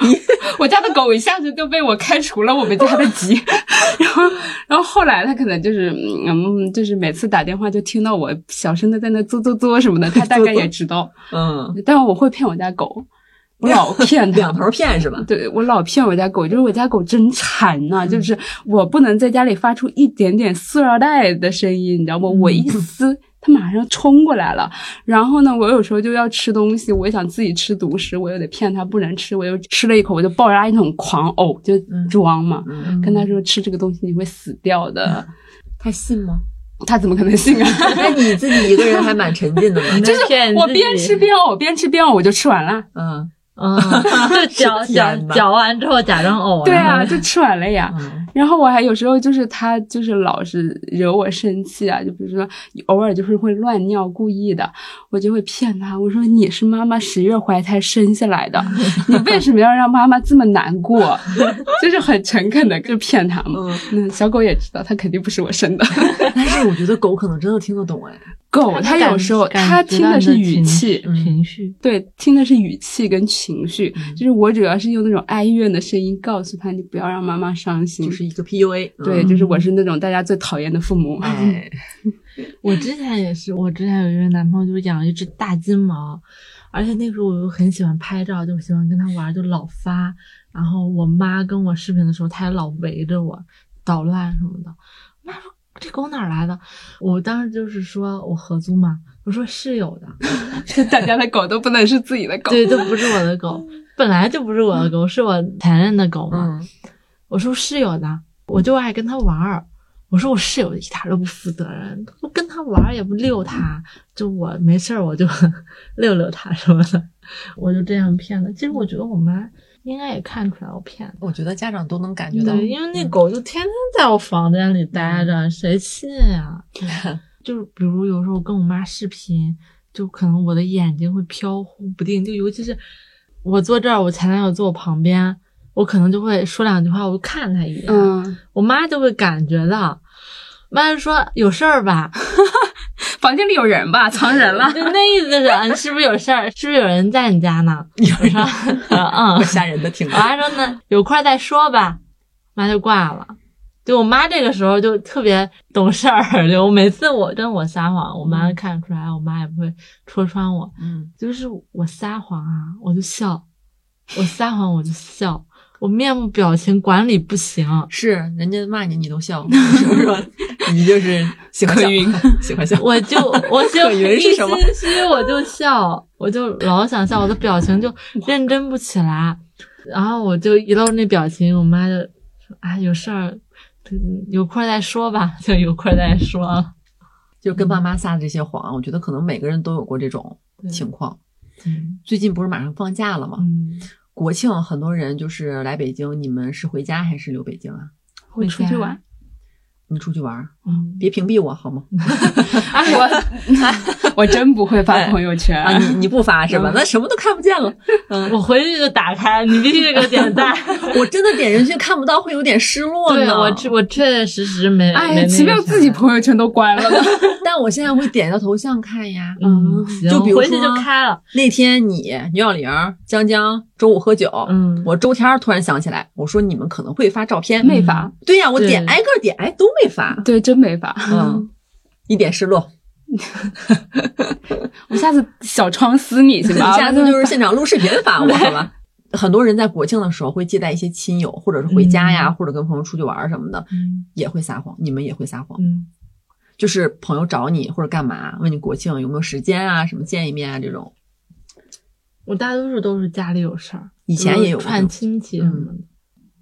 S2: 我家的狗一下子就被我开除了我们家的籍， (laughs) 然后然后后来他可能就是嗯，就是每次打电话就听到我小声的在那作作作什么的，他大概也知道，
S1: 嗯，
S2: 但我会骗我家狗，我老骗
S1: (laughs)
S2: 它
S1: 两，头骗是吧？嗯
S2: 对我老骗我家狗，就是我家狗真馋呐、就是我不能在家里发出一点点塑料袋的声音，你知道
S1: 嗯
S2: 吗？我一撕。它马上冲过来了，然后呢，我有时候就要吃东西，我也想自己吃独食，我又得骗它不能吃，我又吃了一口，我就爆发一种狂呕，就
S1: 嗯
S2: 装嘛，
S1: 嗯，
S2: 跟他说吃这个东西你会死掉的， (laughs)
S1: 他信吗？ (laughs)
S2: 他怎么可能信啊？
S1: 那你自己一个人还蛮沉浸的呢。
S3: (laughs) 就
S2: 就是我边吃，边呕，边吃边呕，我就吃
S1: (laughs)
S2: 完了。
S1: 嗯 (laughs)
S3: 嗯，就嚼嚼
S1: 天哪
S3: 嚼完之后假装呕。
S2: 对
S3: 然
S2: 啊，
S3: 后
S2: 就吃完了呀。
S1: 嗯
S2: 然后我还有时候就是他就是老是惹我生气啊，就比如说偶尔就是会乱尿，故意的，我就会骗他，我说你是妈妈十月怀胎生下来的，你为什么要让妈妈这么难过？ (laughs) 就是很诚恳的就骗他嘛。
S1: 嗯，
S2: 那小狗也知道，它肯定不是我生的。
S1: 但是我觉得狗可能真的听得懂
S2: (laughs)
S1: 哎。
S2: 狗它有时候
S3: 感
S2: 它
S3: 感觉
S2: 听
S3: 到
S2: 的
S3: 你
S2: 是语
S3: 情
S2: 气，
S1: 嗯
S3: 情绪。
S2: 对，听的是语气跟情绪，
S1: 嗯
S2: 就是我主要是用那种哀怨的声音告诉他，你不要让妈妈伤心。
S1: 就是一个 PUA，
S2: 对，
S1: 嗯
S2: 就是我是那种大家最讨厌的父母。
S1: 哎，
S3: 我之前也是，我之前有一个男朋友就是养了一只大金毛，而且那时候我又很喜欢拍照，就喜欢跟他玩，就老发。然后我妈跟我视频的时候，她也老围着我捣乱什么的。我妈说这狗哪儿来的？我当时就是说我合租嘛，我说是有的，
S2: (laughs)
S3: (laughs)
S2: 大家的狗都不能是自己的狗。
S3: 对，都不是我的狗，本来就不是我的狗，是我前任的狗嘛。
S1: 嗯，
S3: 我说室友呢，我就爱跟他玩儿。我说我室友一点儿都不负责任，我跟他玩儿也不遛他，就我没事儿我就 (laughs) 遛遛他什么的，我就这样骗的。其实我觉得我妈应该也看出来我骗的，
S1: 我觉得嗯家长都能感觉到，
S3: 对，因为那狗就天天在我房间里待着，谁信
S1: (laughs)
S3: 呀、就是比如有时候跟我妈视频，就可能我的眼睛会飘忽不定，就尤其是我坐这儿，我前男友坐我旁边，我可能就会说两句话，我就看他一眼，
S2: 嗯，
S3: 我妈就会感觉到，妈就说有事儿吧，
S2: 房间里有人吧，藏人
S3: (laughs)
S2: 了。
S3: 就那意思是啊，你是不是有事儿？是不是有人在你家呢？我说嗯，
S1: 吓人的挺
S3: 我
S1: (laughs)
S3: 妈说呢，有空儿再说吧，妈就挂了。对我妈这个时候就特别懂事儿，就我每次我跟我撒谎，我妈看出来，我妈也不会戳穿我。
S1: 嗯，
S3: 就是我撒谎啊，我就笑；我撒谎我就笑，我面部表情管理不行。
S1: 是人家骂你你都 (laughs) 笑，是不是？你就是喜欢笑
S2: 可，
S1: (laughs) 喜欢笑。
S3: 我
S1: (laughs)
S3: 就我就
S1: 可云
S3: 一
S1: 是什么
S3: 心虚，我就笑，我就老想笑，我的表
S1: (laughs)
S3: 情就认真不起来，然后我就一露那表情，我妈就说：“啊，有事儿，嗯有空儿再说吧， (laughs) 就有空儿再说。
S1: 就跟爸妈撒的这些谎，我觉得可能每个人都有过这种
S3: 对
S1: 情况。
S3: 嗯
S1: 最近不是马上放假了吗？
S3: 嗯，
S1: 国庆很多人就是来北京，你们是回家还是留北京啊？
S2: 我出去玩，
S1: 你出去玩儿，
S3: 嗯，
S1: 别屏蔽我好吗？
S3: 啊，我
S2: 我哎我真不会发朋友圈。
S1: 啊，你你不发是吧？
S2: 嗯
S1: 那什么都看不见了。嗯，
S3: 我回去就打开，你必须得给我点
S1: (laughs)
S3: 赞。
S1: 我真的点进去看不到，会有点失落
S3: 对
S1: 呢。
S3: 我确我确确实实没。
S2: 哎呀，
S3: 没那
S2: 奇
S3: 个
S2: 妙
S3: 啥
S2: 自己朋友圈都关了呢。
S1: 但我现在会点到头像看呀。
S3: 嗯
S2: 嗯，
S3: 行
S1: 就比如
S3: 回去
S1: 说
S3: 就开了。
S1: 那天你牛小玲、江江中午喝酒，
S3: 嗯，
S1: 我周天儿突然想起来，我说你们可能会发照片，
S2: 没发，
S1: 对呀、我
S3: 对
S1: 点挨个点，哎，都没发。
S2: 对，真没法。
S1: 嗯，一点失落。
S2: 我下次小窗撕你行
S1: 你
S2: 吧？
S1: 下次就是现场录视频
S3: (laughs)
S1: 发我，好吧？很多人在国庆的时候会接待一些亲友，或者是回家呀，或者跟朋友出去玩儿什么的，
S3: 嗯
S1: 也会撒谎。你们也会撒谎，
S3: 嗯，
S1: 就是朋友找你或者干嘛，问你国庆有没有时间啊，什么见一面啊这种。
S3: 我大多数都是家里有事儿，
S1: 以前也有嗯
S3: 比如串亲戚什么的。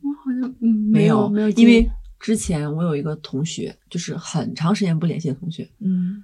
S2: 我好像嗯
S1: 没
S2: 有呃没有经
S1: 因
S2: 历，
S1: 为之前我有一个同学，就是很长时间不联系的同学，
S3: 嗯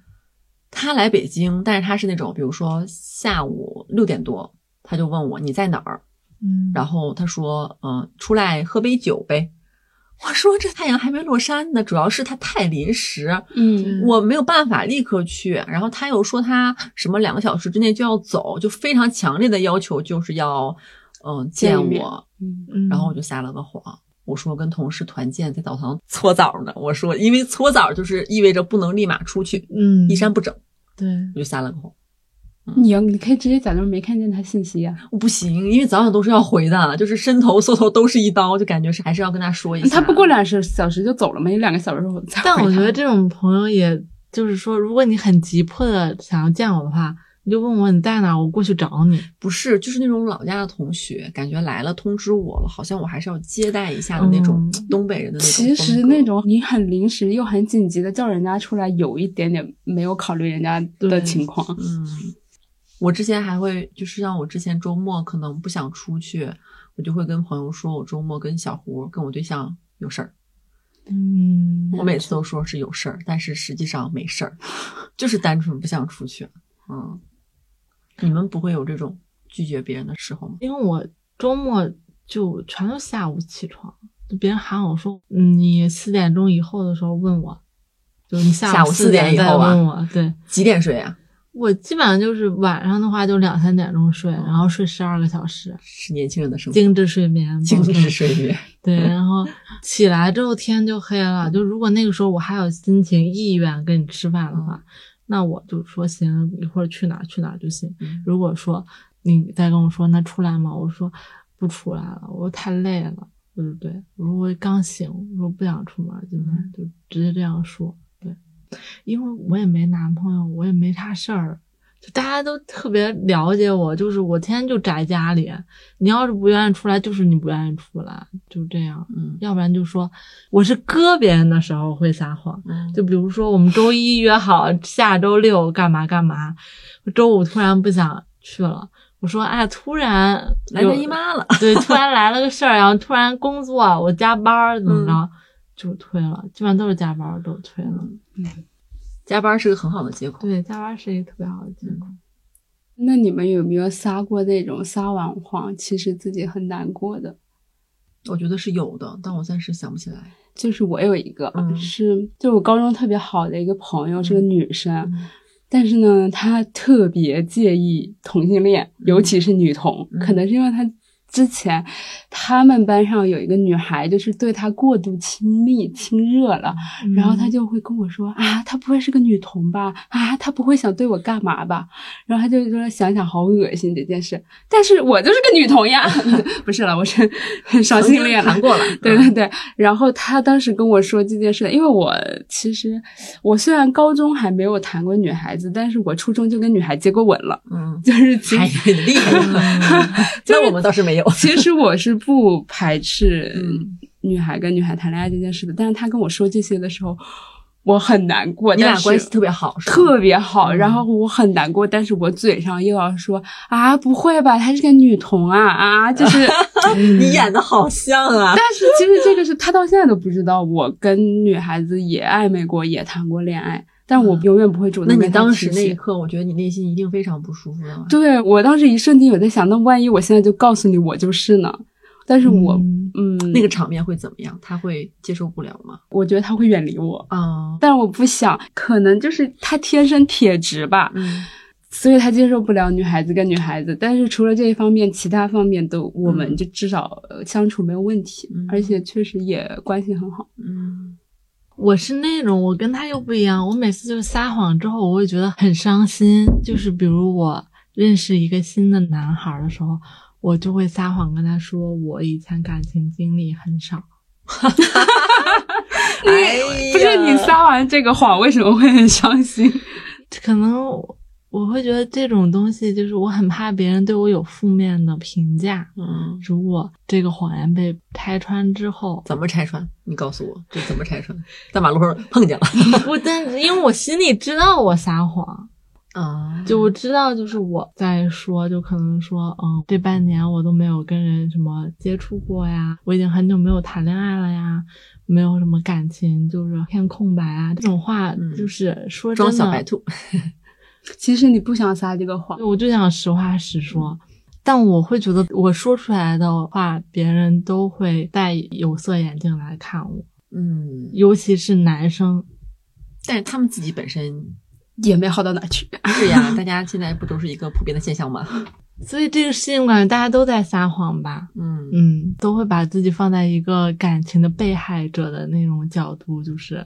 S1: 他来北京，但是他是那种，比如说下午六点多，他就问我你在哪儿，
S3: 嗯，
S1: 然后他说，嗯、出来喝杯酒呗。 (laughs) 我说这太阳还没落山呢，主要是他太临时，
S2: 嗯
S1: 我没有办法立刻去。然后他又说他什么两个小时之内就要走，就非常强烈的要求就是要，嗯、见
S2: 见一面
S1: 我。
S2: 嗯
S3: 嗯
S1: 然后我就撒了个谎，我说跟同事团建在澡堂搓澡呢。我说因为搓澡就是意味着不能立马出去，
S3: 嗯
S1: 衣衫不整，
S3: 对，
S1: 我就撒了个谎。
S2: 你要你可以直接假装没看见他信息啊呀、
S1: 不行，因为早晚都是要回的，就是伸头缩头都是一刀，就感觉是还是要跟他说一下。
S2: 嗯他不过两小时就走了吗？你两个小时后才回
S3: 但我觉
S2: 他
S3: 得这种朋友也，就是说，如果你很急迫的想要见我的话，你就问我你在哪，我过去找你。
S1: 不是，就是那种老家的同学，感觉来了通知我了，好像我还是要接待一下的那种
S3: 嗯
S1: 东北人的那种风
S2: 其
S1: 格。
S2: 实那种你很临时又很紧急的叫人家出来，有一点点没有考虑人家的
S3: 对
S2: 情况。
S1: 嗯，我之前还会就是像我之前周末可能不想出去，我就会跟朋友说我周末跟小胡跟我对象有事儿，
S3: 嗯
S1: 我每次都说是有事儿，但是实际上没事儿，就是单纯不想出去。嗯，你们不会有这种拒绝别人的时候吗？
S3: 因为我周末就全都下午起床，就别人喊我说嗯你四点钟以后的时候问我，就你
S1: 下
S3: 午
S1: 午
S3: 四
S1: 4点以
S3: 再
S1: 后啊
S3: 问我。对
S1: 几点睡啊？
S3: 我基本上就是晚上的话就两三点钟睡，然后睡十二个小时，
S1: 是年轻人的生活，
S3: 精致睡眠，
S1: 精
S3: 保证
S1: 致睡眠。
S3: 对，然后起来之后天就黑了。就如果那个时候我还有心情意愿跟你吃饭的话，那我就说行，一会儿去哪儿去哪儿就行。
S1: 嗯
S3: 如果说你再跟我说那出来吗？我说不出来了，我太累了，对不对？我说我刚醒，我说不想出门，今天就直接这样说。对，因为我也没男朋友，我也没啥事儿。就大家都特别了解我，就是我天天就宅家里。你要是不愿意出来，就是你不愿意出来，就这样。
S1: 嗯
S3: 要不然就说我是割别人的时候会撒谎，
S1: 嗯，
S3: 就比如说我们周一约好下周六干嘛干嘛，周五突然不想去了，我说哎，突然
S1: 来
S3: 有
S1: 大姨，妈了。
S3: 对，突然来了个事儿，然后突然工作我加班儿怎么着、就退了，基本上都是加班儿都退了。
S1: (laughs) 加班是个很好的借口。
S3: 对，加班儿是一个特别好的借口。
S2: 那你们有没有撒过那种撒完谎，其实自己很难过的？
S1: 我觉得是有的，但我暂时想不起来。
S2: 就是我有一个，
S1: 嗯
S2: 是就我高中特别好的一个朋友，是个女生，但是呢，她特别介意同性恋，尤其是女同，
S1: 嗯
S2: 可能是因为她之前他们班上有一个女孩，就是对她过度亲密亲热了，
S3: 嗯
S2: 然
S1: 嗯
S2: 后她就会跟我说啊，她不会是个女同吧？啊，她不会想对我干嘛吧？然后她就说想想好恶心这件事，但是我就是个女同
S1: (laughs)
S2: 呀，不是了，我是双性恋了
S1: 谈。过 (laughs) 了，
S2: 对
S1: 嗯
S2: 对对，然后他当时跟我说这件事，因为我其实我虽然高中还没有谈过女孩子，但是我初中就跟女孩接过吻了，
S1: 嗯， (laughs)
S2: 就是其
S1: 哎，
S2: 实、
S1: 很厉 (laughs) 害。那我们倒是 (laughs) 没有。
S2: 其实我是不排斥
S1: 嗯
S2: 女孩跟女孩谈恋爱这件事的，但是他跟我说这些的时候，我很难过，
S1: 你俩
S2: 但是
S1: 关系特别好，是吧
S2: 特别好，
S1: 嗯
S2: 然后我很难过，但是我嘴上又要说啊，不会吧，她是个女同啊
S1: (laughs)
S2: 啊，就是。
S1: 你演的好像啊。
S2: 但是其实这个是他到现在都不知道，我跟女孩子也暧昧过，也谈过恋爱，但我永远不会主
S1: 嗯
S2: 动
S1: 那
S2: 跟她
S1: 你当
S2: 提
S1: 时那一
S2: 起
S1: 刻，我觉得你内心一定非常不舒服的。
S2: 对我当时一瞬间有在想，那万一我现在就告诉你我就是呢？但是我
S3: 嗯
S2: 嗯，
S1: 那个场面会怎么样？他会接受不了吗？
S2: 我觉得他会远离我，
S1: 啊，
S2: 但我不想，可能就是他天生铁直吧，
S1: 嗯
S2: 所以他接受不了女孩子跟女孩子，但是除了这一方面，其他方面都我们就至少呃相处没有问题，
S1: 嗯
S2: 而且确实也关系很好。
S1: 嗯，
S3: 我是那种，我跟他又不一样。我每次就是撒谎之后，我会觉得很伤心。就是比如我认识一个新的男孩的时候，我就会撒谎跟他说我以前感情经历很少。
S1: 哎呀，
S2: 不是你撒完这个谎，为什么会很伤心？
S3: 可能我会觉得这种东西，就是我很怕别人对我有负面的评价。
S1: 嗯，
S3: 如果这个谎言被拆穿之后，
S1: 怎么拆穿？你告诉我，这怎么拆穿？在马路上碰见了
S3: 我但是因为我心里知道我撒谎，
S1: (laughs) 啊，
S3: 就我知道，就是我在说，就可能说，嗯，这半年我都没有跟人什么接触过呀，我已经很久没有谈恋爱了呀，没有什么感情，就是片空白啊，这种话
S1: 嗯
S3: 就是说真
S1: 装
S3: 的，
S1: 小白兔，
S2: (laughs) 其实你不想撒这个谎
S3: 对，我就想实话实
S1: 嗯
S3: 说。但我会觉得我说出来的话，别人都会戴有色眼镜来看我，
S1: 嗯，
S3: 尤其是男生。
S1: 但是他们自己本身
S2: 也没好到哪去。
S1: 是呀，大家现在不都是一个普遍的现象吗？
S3: 所以这个事情，我感觉大家都在撒谎吧。
S1: 嗯
S3: 嗯，都会把自己放在一个感情的被害者的那种角度，就是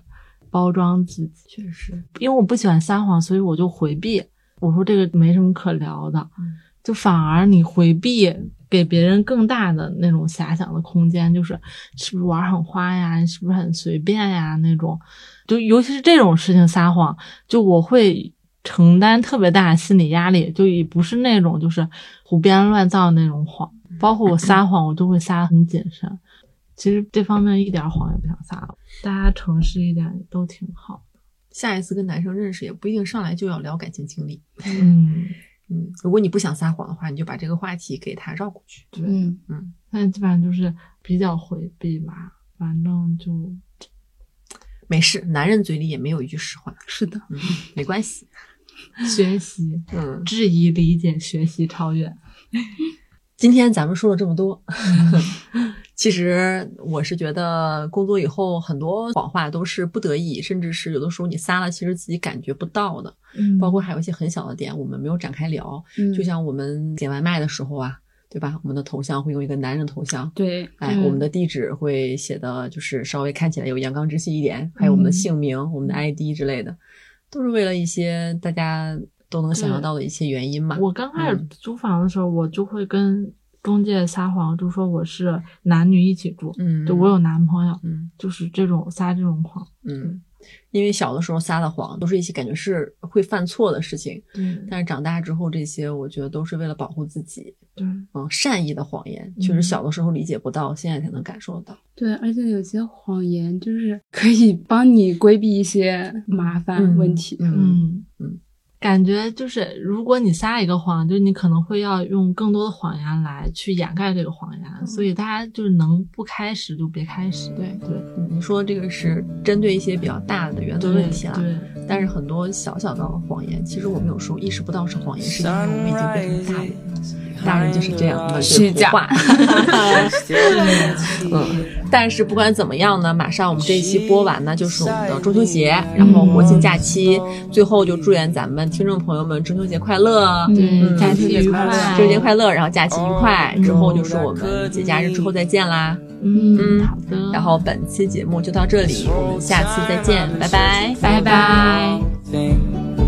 S3: 包装自己。
S1: 确实，
S3: 因为我不喜欢撒谎，所以我就回避。我说这个没什么可聊的
S1: 嗯，
S3: 就反而你回避给别人更大的那种遐想的空间，就是是不是玩很花呀，是不是很随便呀那种。就尤其是这种事情撒谎，就我会承担特别大的心理压力，就也不是那种就是胡编乱造那种谎。包括我撒谎，我就会撒得很谨慎。其实这方面一点谎也不想撒了，大家诚实一点都挺好。
S1: 下一次跟男生认识也不一定上来就要聊感情经历。
S3: 嗯。
S1: 嗯，如果你不想撒谎的话，你就把这个话题给他绕过去。
S3: 对，
S2: 嗯，
S3: 但基本上就是比较回避吧，反正就
S1: 没事，男人嘴里也没有一句实话，
S2: 是的，
S1: 嗯，没关系。
S3: 学习、 (laughs)
S1: 嗯，
S3: 质疑、理解、学习、超越。
S1: 今天咱们说了这么多，
S3: 嗯
S1: (laughs) 其实我是觉得工作以后很多谎话都是不得已，甚至是有的时候你撒了，其实自己感觉不到的。
S3: 嗯
S1: 包括还有一些很小的点，我们没有展开聊，
S2: 嗯
S1: 就像我们点外卖的时候啊，对吧？我们的头像会用一个男人头像，
S2: 对，
S1: 哎，
S3: 嗯
S1: 我们的地址会写的就是稍微看起来有阳刚之气一点，还有我们的
S3: 嗯
S1: 姓名、我们的 ID 之类的，都是为了一些大家都能想象
S3: 对
S1: 到的一些原因嘛。
S3: 嗯我刚开始
S1: 嗯
S3: 租房的时候，我就会跟中介撒谎，就说我是男女一起住，
S1: 嗯，
S3: 就我有男朋友，
S1: 嗯
S3: 就是这种撒这种谎。
S1: 嗯，因为小的时候撒的谎都是一些感觉是会犯错的事情，
S3: 对
S1: 但是长大之后这些我觉得都是为了保护自己。
S3: 对，
S1: 嗯，善意的谎言确实
S3: 嗯
S1: 小的时候理解不到，现在才能感受到。
S2: 对，而且有些谎言就是可以帮你规避一些麻烦问题。
S3: 嗯
S1: 嗯。
S3: 感觉就是，如果你撒一个谎，就是你可能会要用更多的谎言来去掩盖这个谎言，所以大家就是能不开始就别开始。
S1: 嗯对
S3: 对，
S1: 嗯你说这个是针对一些比较大的原则
S3: 对
S1: 问题嗯啦，
S3: 对，
S1: 但是很多小小的谎言，其实我们有时候意识不到是谎言，是因为我们已经变成大人了。大人就是这样
S4: (laughs)
S1: 的
S2: 虚假
S1: 话。 (laughs) 嗯，但是不管怎么样呢，马上我们这一期播完呢，就是我们的中秋节，然后国庆假期，最后就祝愿咱们听众朋友们中秋节快乐。
S3: 对，
S1: 假
S3: 假
S1: 期
S3: 期
S1: 愉
S3: 愉
S1: 快
S3: 快，
S1: 中秋节快乐，然后假期愉快。之后就是我们节假日之后再见啦。
S3: 嗯
S1: 嗯，
S3: 好的，
S1: 然后本期节目就到这里，我们下次再见，拜拜，
S3: 拜拜。